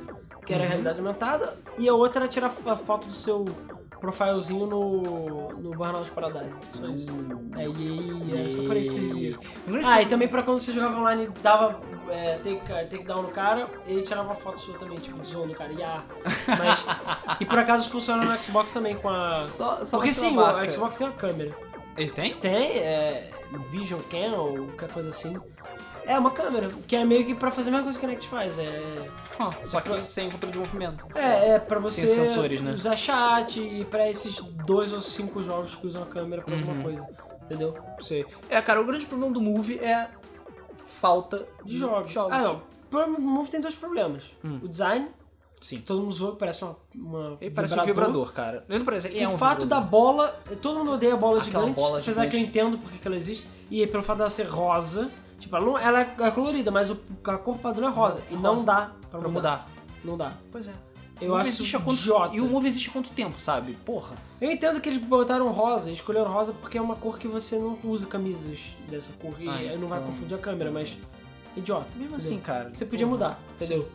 B: que era a realidade aumentada, e a outra era tirar f- a foto do seu profilezinho no, no Burnout Paradise. Só isso. É, e aí, é, só pra isso servia. Ah, e também pra quando você jogava online, dava é, take, take down no cara, ele tirava uma foto sua também, tipo, de zoando o cara, e ah, mas... e por acaso funciona no Xbox também com
A: Ah,
B: a...
A: Só, só
B: Porque
A: pra ser
B: sim,
A: uma vaca.
B: o Xbox tem a câmera.
A: Ele tem?
B: Tem, é. Vision Cam ou qualquer coisa assim. É uma câmera, que é meio que pra fazer a mesma coisa que o Kinect faz. É,
A: só que sem controle de movimento.
B: é, é pra você
A: Tem sensores, né?
B: usar chat e pra esses dois ou cinco jogos que usam a câmera pra
A: Uhum.
B: alguma coisa. Entendeu?
A: Não sei. É, cara, o grande problema do Move é falta
B: De jogos. Ah, não. O problema do Move tem dois problemas.
A: Hum.
B: O design, que
A: Sim.
B: todo mundo zoa, parece uma. uma
A: Ele parece um vibrador, cara. Lembra, por exemplo, ele
B: E
A: é
B: o
A: um
B: fato da
A: vibrador.
B: bola. Todo mundo odeia a bola
A: Aquela
B: gigante.
A: bola
B: apesar
A: gigante.
B: que eu entendo porque que ela existe. E pelo fato dela ser rosa. Tipo, ela, não- ela é colorida, mas o- a cor padrão é rosa. E não
A: Rosa.
B: dá pra,
A: Pra
B: mudar.
A: mudar.
B: Não dá.
A: Pois é.
B: Eu
A: Move
B: acho
A: existe há quanto-
B: idiota.
A: E o Move existe há quanto tempo, sabe? Porra.
B: Eu entendo que eles botaram rosa, escolheram rosa porque é uma cor que você não usa camisas dessa cor. E
A: Ah,
B: aí não vai
A: então.
B: confundir a câmera, mas. Idiota.
A: Mesmo
B: entendeu?
A: assim, cara.
B: Você podia
A: porra.
B: mudar, entendeu?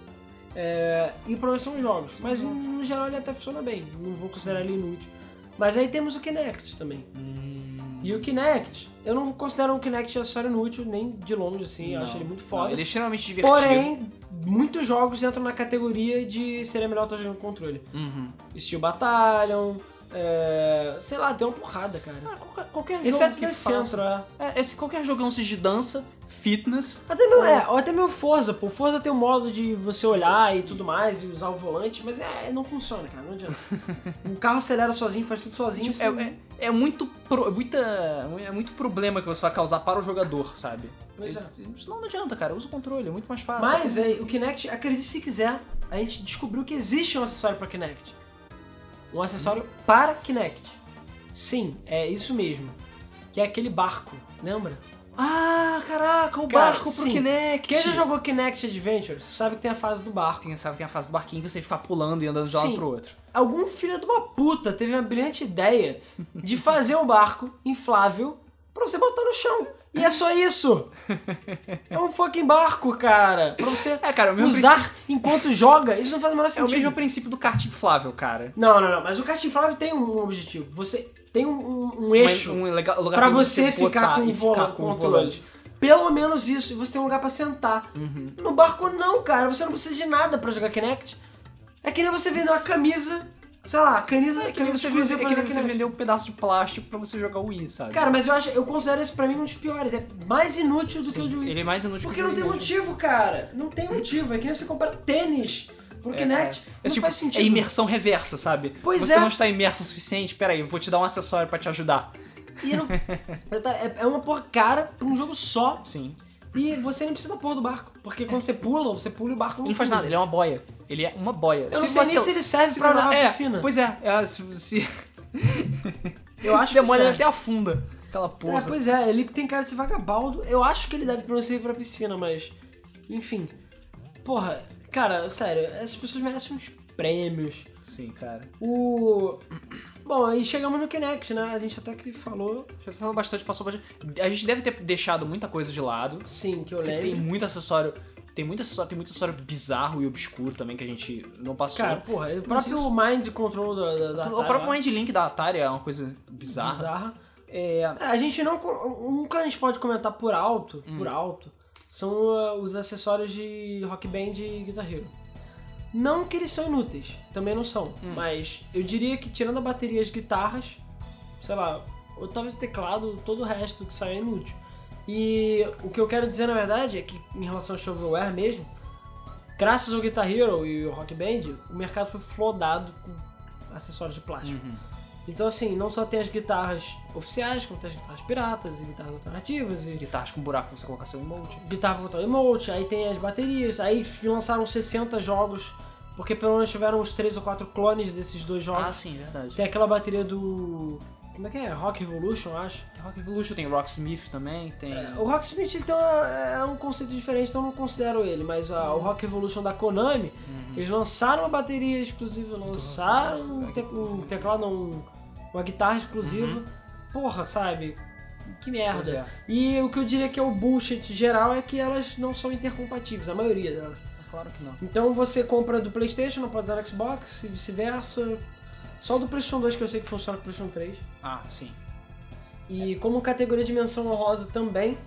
B: É, e o problema são os jogos. Mas em-
A: Uhum.
B: no geral ele até funciona bem. Não vou considerar ele inútil. Mas aí temos o Kinect também.
A: Hum.
B: E o Kinect, eu não considero o Kinect acessório inútil, nem de longe, assim, eu
A: Não,
B: acho ele muito
A: não,
B: foda.
A: Ele é extremamente divertido.
B: Porém, muitos jogos entram na categoria de seria melhor estar jogando com controle.
A: Uhum.
B: Steel Battalion, É, sei lá, deu uma porrada, cara. é um
A: Ah, qualquer, qualquer jogo
B: Exceto
A: que
B: nesse
A: faça.
B: centro, é.
A: É, esse qualquer jogão seja de dança, fitness.
B: Até meu, é, ou até meu Forza, pô. Forza tem um modo de você olhar e tudo mais, e usar o volante, mas é, não funciona, cara, não adianta. o carro acelera sozinho, faz tudo sozinho. assim,
A: tipo,
B: você-
A: é, é- é muito pro- é muita, é muito problema que você vai causar para o jogador, sabe? tá,
B: Pois é.
A: Isso não adianta, cara. Usa o controle, é muito mais fácil.
B: Mas é, o Kinect, acredite se quiser, a gente descobriu que existe um acessório para Kinect. Um acessório para Kinect. Sim, é isso mesmo. Que é aquele barco, lembra?
A: Ah, caraca, o
B: Cara,
A: barco pro
B: sim.
A: Kinect.
B: Quem já jogou Kinect Adventures sabe que tem a fase do barco.
A: Tem, sabe, tem a fase do barquinho que você fica pulando e andando de um lado
B: Sim.
A: pro outro.
B: Algum filho de uma puta teve uma brilhante ideia de fazer um barco inflável pra você botar no chão. E é só isso! É um fucking barco, cara! Pra você
A: É, cara, o mesmo
B: usar enquanto joga, isso não faz o menor
A: princípio- é o
B: sentido.
A: mesmo princípio do kart inflável, cara.
B: Não, não, não. Mas o kart inflável tem um objetivo. Você tem um, um- um
A: Mas
B: eixo
A: um legal, lugar
B: pra
A: onde
B: você
A: botar
B: ficar com
A: e
B: o volan-
A: com o
B: controle. Pelo menos isso. E você tem um lugar pra sentar.
A: Uhum.
B: No barco não, cara. Você não precisa de nada pra jogar Kinect. É que nem você vender uma camisa, sei lá, camisa,
A: É que nem
B: camisa
A: você, vender,
B: exclusiva
A: é que nem
B: pra jogar
A: você
B: Kinect.
A: vender um pedaço de plástico pra você jogar o Wii, sabe?
B: Cara, mas eu acho, eu considero esse pra mim um dos piores. É mais inútil do que o de Wii.
A: ele é mais inútil
B: Porque
A: que o
B: não tem
A: Wii mesmo.
B: motivo, cara. Não tem motivo. É que nem você comprar tênis pro Kinect.
A: É,
B: Não
A: tipo,
B: faz
A: É
B: sentido.
A: imersão reversa, sabe?
B: Pois
A: você
B: é.
A: não está imerso o suficiente, peraí, eu vou te dar um acessório pra te ajudar.
B: E não- é é uma porra cara pra um jogo só.
A: Sim.
B: E você nem precisa da porra do barco. Porque quando você pula, você pula e o barco não
A: Ele não faz
B: pula.
A: nada, ele é uma boia. Ele é uma boia.
B: Eu não sei nem se ele serve pra nadar na
A: é,
B: piscina.
A: Pois é, é, se, se,
B: eu acho
A: se
B: que
A: demora ele até
B: serve.
A: afunda. Aquela porra.
B: É, pois é, ele tem cara de ser vagabaldo. Eu acho que ele deve não servir pra piscina, mas. Enfim. Porra, cara, sério, essas pessoas merecem uns prêmios.
A: Sim, cara.
B: O. Bom, aí chegamos no Kinect, né? A gente até que falou.
A: Já falou tá bastante, passou bastante. A gente deve ter deixado muita coisa de lado.
B: Sim, que eu
A: Porque tem
B: lembro.
A: muito acessório. Tem muito acessório, tem muito acessório bizarro e obscuro também que a gente não passou. Tá,
B: Cara, porra, o
A: né? Mas
B: próprio mind control da. da, da
A: o
B: Atari
A: próprio
B: lá,
A: Mind Link da Atari é uma coisa bizarra.
B: bizarra.
A: É,
B: É, A gente não. co- Um que a gente pode comentar por alto, por alto, são ah, os acessórios de Rock Band e Guitar Hero. Não que eles são inúteis, também não são, mas eu diria que tirando a bateria as guitarras, sei lá, ou talvez o teclado, todo o resto que sai é inútil. E o que eu quero dizer na verdade é que em relação ao shovelware mesmo, graças ao Guitar Hero e o Rock Band, o mercado foi flodado com acessórios de plástico. Então, assim, não só tem as guitarras oficiais, como tem as guitarras piratas e guitarras alternativas e
A: guitarras com buraco pra você colocar seu emote.
B: guitarra pra botar o emote, aí tem as baterias, aí f- lançaram 60 jogos, porque pelo menos tiveram uns 3 ou 4 clones desses dois
A: Ah,
B: jogos.
A: sim, verdade.
B: Tem aquela bateria do. Como é que é? Rock Revolution, eu acho.
A: Tem Rock Evolution, tem Rocksmith também, tem.
B: O Rocksmith ele tem uma- é um conceito diferente, então eu não considero ele, mas a- o Rock Evolution da Konami,
A: uhum.
B: eles lançaram uma bateria exclusiva, lançaram
A: né?
B: um, te- um teclado, um- uma guitarra exclusiva. Porra, sabe? Que
A: Uhum. Pois
B: merda.
A: é.
B: E o que eu diria que é o bullshit geral é que elas não são intercompatíveis, a maioria delas.
A: É Claro que não.
B: Então você compra do PlayStation, não pode usar no Xbox, e vice-versa. Só do PlayStation 2 que eu sei que funciona com o PlayStation 3.
A: Ah, sim.
B: E
A: É.
B: como categoria de menção honrosa também,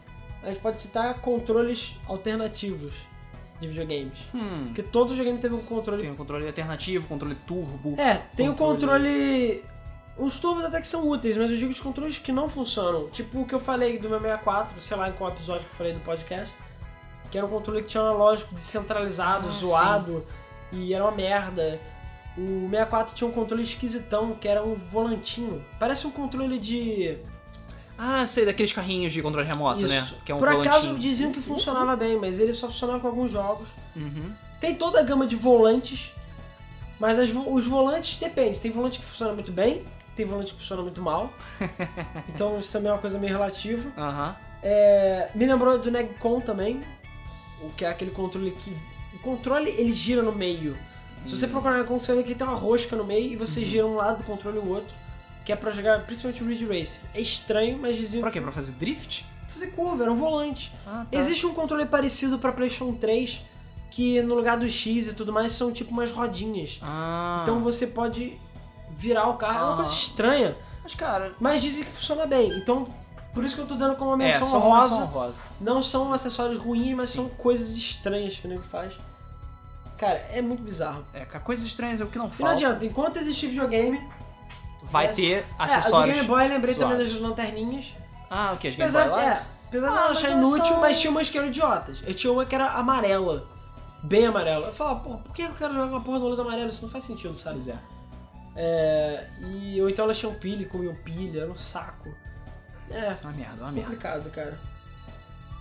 B: a gente pode citar controles alternativos de videogames.
A: Hum.
B: Porque todo videogame teve um controle.
A: Tem o controle alternativo, controle turbo.
B: É, tem o
A: Controle.
B: controle. Os turbos até que são úteis, mas eu digo os controles que não funcionam. Tipo o que eu falei do meu 64, sei lá em qual episódio que eu falei do podcast, que era um controle que tinha um analógico descentralizado,
A: Ah,
B: zoado, e era uma merda. O 64 tinha um controle esquisitão, que era um volantinho. Parece um controle de.
A: Ah, sei, daqueles carrinhos de controle remoto, né? Que é um
B: Por
A: volantinho.
B: acaso diziam que funcionava bem, mas ele só funcionava com alguns jogos.
A: Uhum.
B: Tem toda a gama de volantes, mas as vo- os volantes depende. Tem volante que funciona muito bem, tem volante que funciona muito mal. então isso também é uma coisa meio relativa.
A: Aham.
B: É, me lembrou do Negcon também, o que é aquele controle que o controle ele gira no meio. Se você procurar Negcon, você vê que tem uma rosca no meio e você gira um lado do controle e o outro. Que é pra jogar principalmente o Ridge Racer. É estranho, mas diziam
A: Pra quê? Pra fazer drift?
B: que fazer curva, era um volante.
A: Ah, tá.
B: Existe um controle parecido pra PlayStation 3, que no lugar do X e tudo mais são tipo umas rodinhas.
A: Ah.
B: Então você pode virar o carro. É uma
A: Ah.
B: coisa estranha,
A: Mas, cara.
B: mas dizem que funciona bem. Então, por isso que eu tô dando como uma
A: É,
B: menção
A: só uma menção
B: honrosa.
A: rosa.
B: Não são acessórios ruins, mas
A: Sim.
B: são coisas estranhas que o nego faz. Cara, é muito bizarro.
A: É, cara, coisas estranhas é o que não
B: E não
A: falta.
B: adianta, enquanto existir videogame,
A: vai
B: Mas-
A: ter
B: É,
A: acessórios.
B: a do Game Boy eu lembrei também
A: zoados.
B: das lanterninhas.
A: Ah, o que? As Game Boy
B: Apesar que, é,
A: Lights?
B: apesar de
A: Ah,
B: eu
A: mas
B: achar
A: elas
B: inútil,
A: são-
B: mas tinha umas que eram idiotas. Eu tinha uma que era amarela. Bem amarela. Eu falava, pô, por que eu quero jogar uma porra de uma luz amarela? Isso não faz sentido, sabe?
A: Pois é.
B: É, e, ou então elas tinham pilha e comiam pilha, era um saco. É,
A: Uma merda, uma merda.
B: complicado, cara.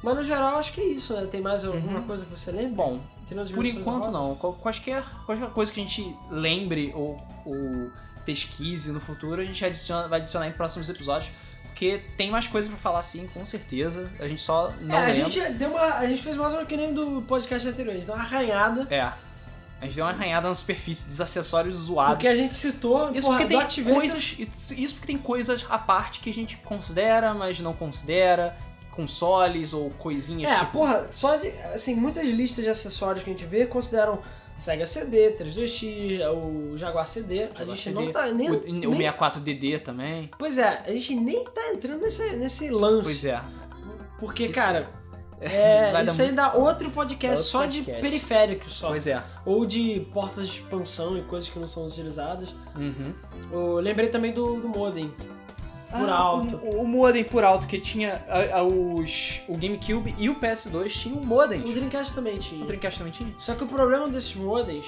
B: Mas no geral, acho que é isso, né? Tem mais alguma
A: Uhum.
B: coisa que você lembra?
A: Bom,
B: Tirando as
A: Por
B: dimensões
A: enquanto
B: da roda?
A: não. Qual- Quaisquer, qualquer coisa que a gente lembre ou, ou pesquise no futuro, a gente adiciona- vai adicionar em próximos episódios. Porque tem mais coisa pra falar sim, com certeza. A gente só não
B: é, a
A: lembra.
B: gente, deu uma, a gente fez mais uma que nem do podcast anterior, a gente deu uma arranhada.
A: É. A gente deu uma arranhada na superfície dos acessórios zoados.
B: Porque a gente citou,
A: Isso
B: porra,
A: porque
B: Dot
A: tem
B: Vader-
A: coisas. Isso isso porque tem coisas à parte que a gente considera, mas não considera. Consoles ou coisinhas
B: É,
A: tipo.
B: porra, só de, assim, muitas listas de acessórios que a gente vê consideram Sega CD, 3DX, o Jaguar CD, a
A: Jaguar
B: gente
A: CD,
B: não tá nem,
A: o,
B: nem-
A: o 64DD também.
B: Pois é, a gente nem tá entrando nesse, nesse lance.
A: Pois é.
B: Porque,
A: Isso-
B: cara, é,
A: Vai dar
B: isso aí
A: muito-
B: dá outro podcast
A: Dá outro
B: só de
A: podcast.
B: periféricos só.
A: Pois é.
B: Ou de portas de expansão e coisas que não são utilizadas.
A: Uhum.
B: Eu lembrei também do, do modem. Por
A: Ah,
B: alto.
A: O, o modem por alto que tinha a- a- os, o GameCube e o PS2 tinham um modem. um
B: O Dreamcast também
A: O
B: tinha.
A: Dreamcast também tinha?
B: Só que o problema desses modems,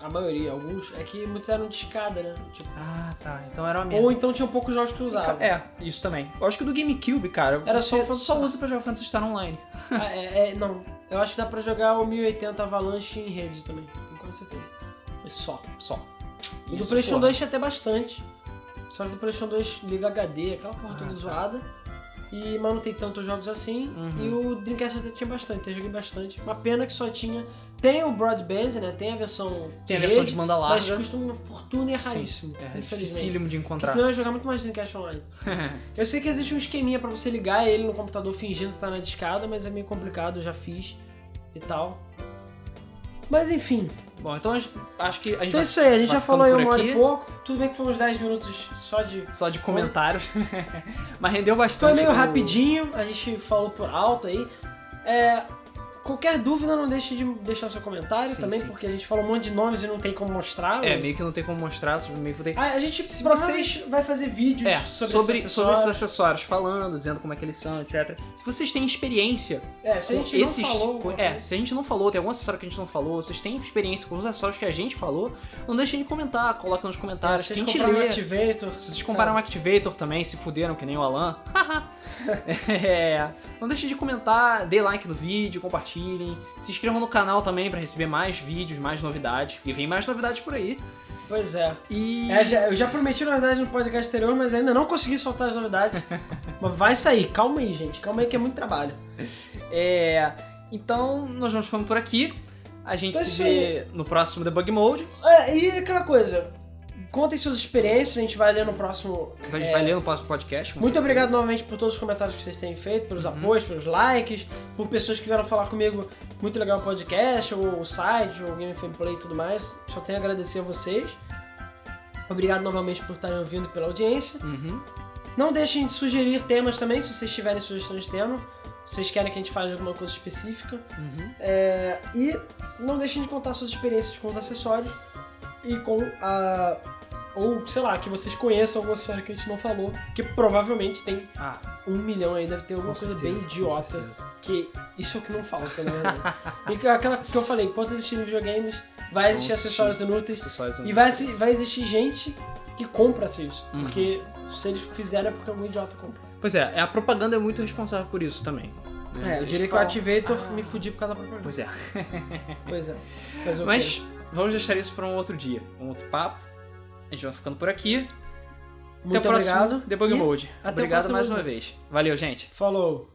B: a maioria, alguns, é que muitos eram de escada, né? Tipo,
A: Ah, tá. Então era uma merda.
B: ou então tinham poucos jogos que usavam.
A: É, isso também. Eu acho que o do GameCube, cara,
B: Era só
A: você
B: o Phantasy
A: só
B: Star.
A: usa pra jogar Phantasy Star Online.
B: Ah, é, é, não. Eu acho que dá pra jogar o 1080 Avalanche em rede também. Tenho quase certeza. Mas só.
A: É Só.
B: E do
A: Isso,
B: PlayStation
A: porra.
B: 2 tinha até bastante. Só que do PlayStation 2 liga HD, aquela porra
A: Ah,
B: toda
A: tá.
B: zoada. E, mas não tem tantos jogos assim.
A: Uhum.
B: E o Dreamcast até tinha bastante, até joguei bastante. Uma pena que só tinha. Tem o broadband, né? Tem a versão.
A: Tem a
B: rede,
A: versão de banda
B: Mas
A: larga.
B: custa uma fortuna e é
A: Sim,
B: raríssimo.
A: É
B: infelizmente.
A: dificílimo de
B: Porque
A: encontrar.
B: senão eu ia jogar muito mais Dreamcast online. Eu sei que existe um esqueminha pra você ligar ele no computador fingindo que tá na discada, mas é meio complicado, eu já fiz e tal. Mas enfim,
A: Bom, então acho- acho que a gente
B: então
A: vai
B: é isso aí, a gente
A: vai
B: já falou aí
A: ficando
B: uma
A: por
B: hora e
A: aqui.
B: pouco, tudo bem que foi uns 10 minutos só de.
A: só de comentários. Mas rendeu bastante.
B: Foi meio
A: o-
B: rapidinho, a gente falou por alto aí. É, qualquer dúvida, não deixe de deixar seu comentário
A: Sim,
B: também,
A: sim.
B: porque a gente falou um monte de nomes e não tem como mostrar.
A: É,
B: mas-
A: meio que não tem como mostrar, meio que tem...
B: Ah, a gente
A: Se
B: provavelmente vai fazer vídeos
A: É,
B: sobre,
A: sobre,
B: esses
A: sobre esses acessórios,
B: acessórios.
A: falando, dizendo como é que eles são, etc. Se vocês têm experiência
B: É, se a
A: com
B: gente
A: esses.
B: não falou.
A: com-
B: alguma
A: é,
B: coisa-
A: se a gente não falou, tem algum acessório que a gente não falou, vocês têm experiência com os acessórios que a gente falou, não deixem de comentar, coloca nos comentários,
B: se
A: que a
B: vocês
A: gente
B: compraram
A: lê.
B: um Activator,
A: Se vocês compraram o Activator também, se fuderam que nem o Alan. É, não deixem de comentar, dê like no vídeo, compartilhem. Se inscrevam no canal também pra receber mais vídeos, mais novidades. E vem mais novidades por aí.
B: Pois é.
A: E.
B: É, já- eu já prometi novidades no podcast anterior, mas ainda não consegui soltar as novidades. mas vai sair, calma aí, gente. Calma aí que é muito trabalho.
A: É, então, nós vamos ficando por aqui. A gente
B: Então é
A: se
B: isso
A: vê no próximo Debug Mode.
B: É, e aquela coisa, contem suas experiências, a gente vai ler no próximo.
A: que A gente
B: é,
A: vai ler no próximo podcast. com
B: Muito
A: certeza.
B: obrigado novamente por todos os comentários que vocês têm feito, pelos apoios, pelos likes, por pessoas que vieram falar comigo. Muito legal o podcast, ou o site, ou o Game Fame Play e tudo mais. Só tenho a agradecer a vocês. Obrigado novamente por estarem ouvindo e pela audiência.
A: Uhum.
B: Não deixem de sugerir temas também, se vocês tiverem sugestões de tema. Se vocês querem que a gente fale de alguma coisa específica.
A: Uhum.
B: É, e não deixem de contar suas experiências com os acessórios e com a. Ou, sei lá, que vocês conheçam algum acessório que a gente não falou, que provavelmente tem
A: Ah,
B: um milhão aí, deve ter
A: com
B: alguma coisa
A: certeza,
B: bem
A: com
B: idiota.
A: certeza.
B: Que isso é o que não falta, né? e que- aquela que eu falei, enquanto existirem videogames, vai existir
A: Vão existir.
B: acessórios inúteis
A: Acessórios
B: e vai, se- vai existir gente que compra acessórios.
A: Uhum.
B: Porque se eles fizeram é porque algum idiota comprou.
A: Pois é, a propaganda é muito responsável por isso também.
B: É, eu
A: Eles
B: diria que o
A: falam-
B: Activator
A: Ah.
B: me fudi por causa da propaganda.
A: Pois é.
B: Pois é. Fazer o quê?
A: Mas vamos deixar isso pra um outro dia, um outro papo. A gente vai ficando por aqui.
B: muito
A: até o próximo
B: obrigado.
A: Debug
B: e
A: Mode.
B: até o
A: obrigado
B: próximo
A: mais uma
B: Debug
A: vez. Valeu, gente.
B: Falou.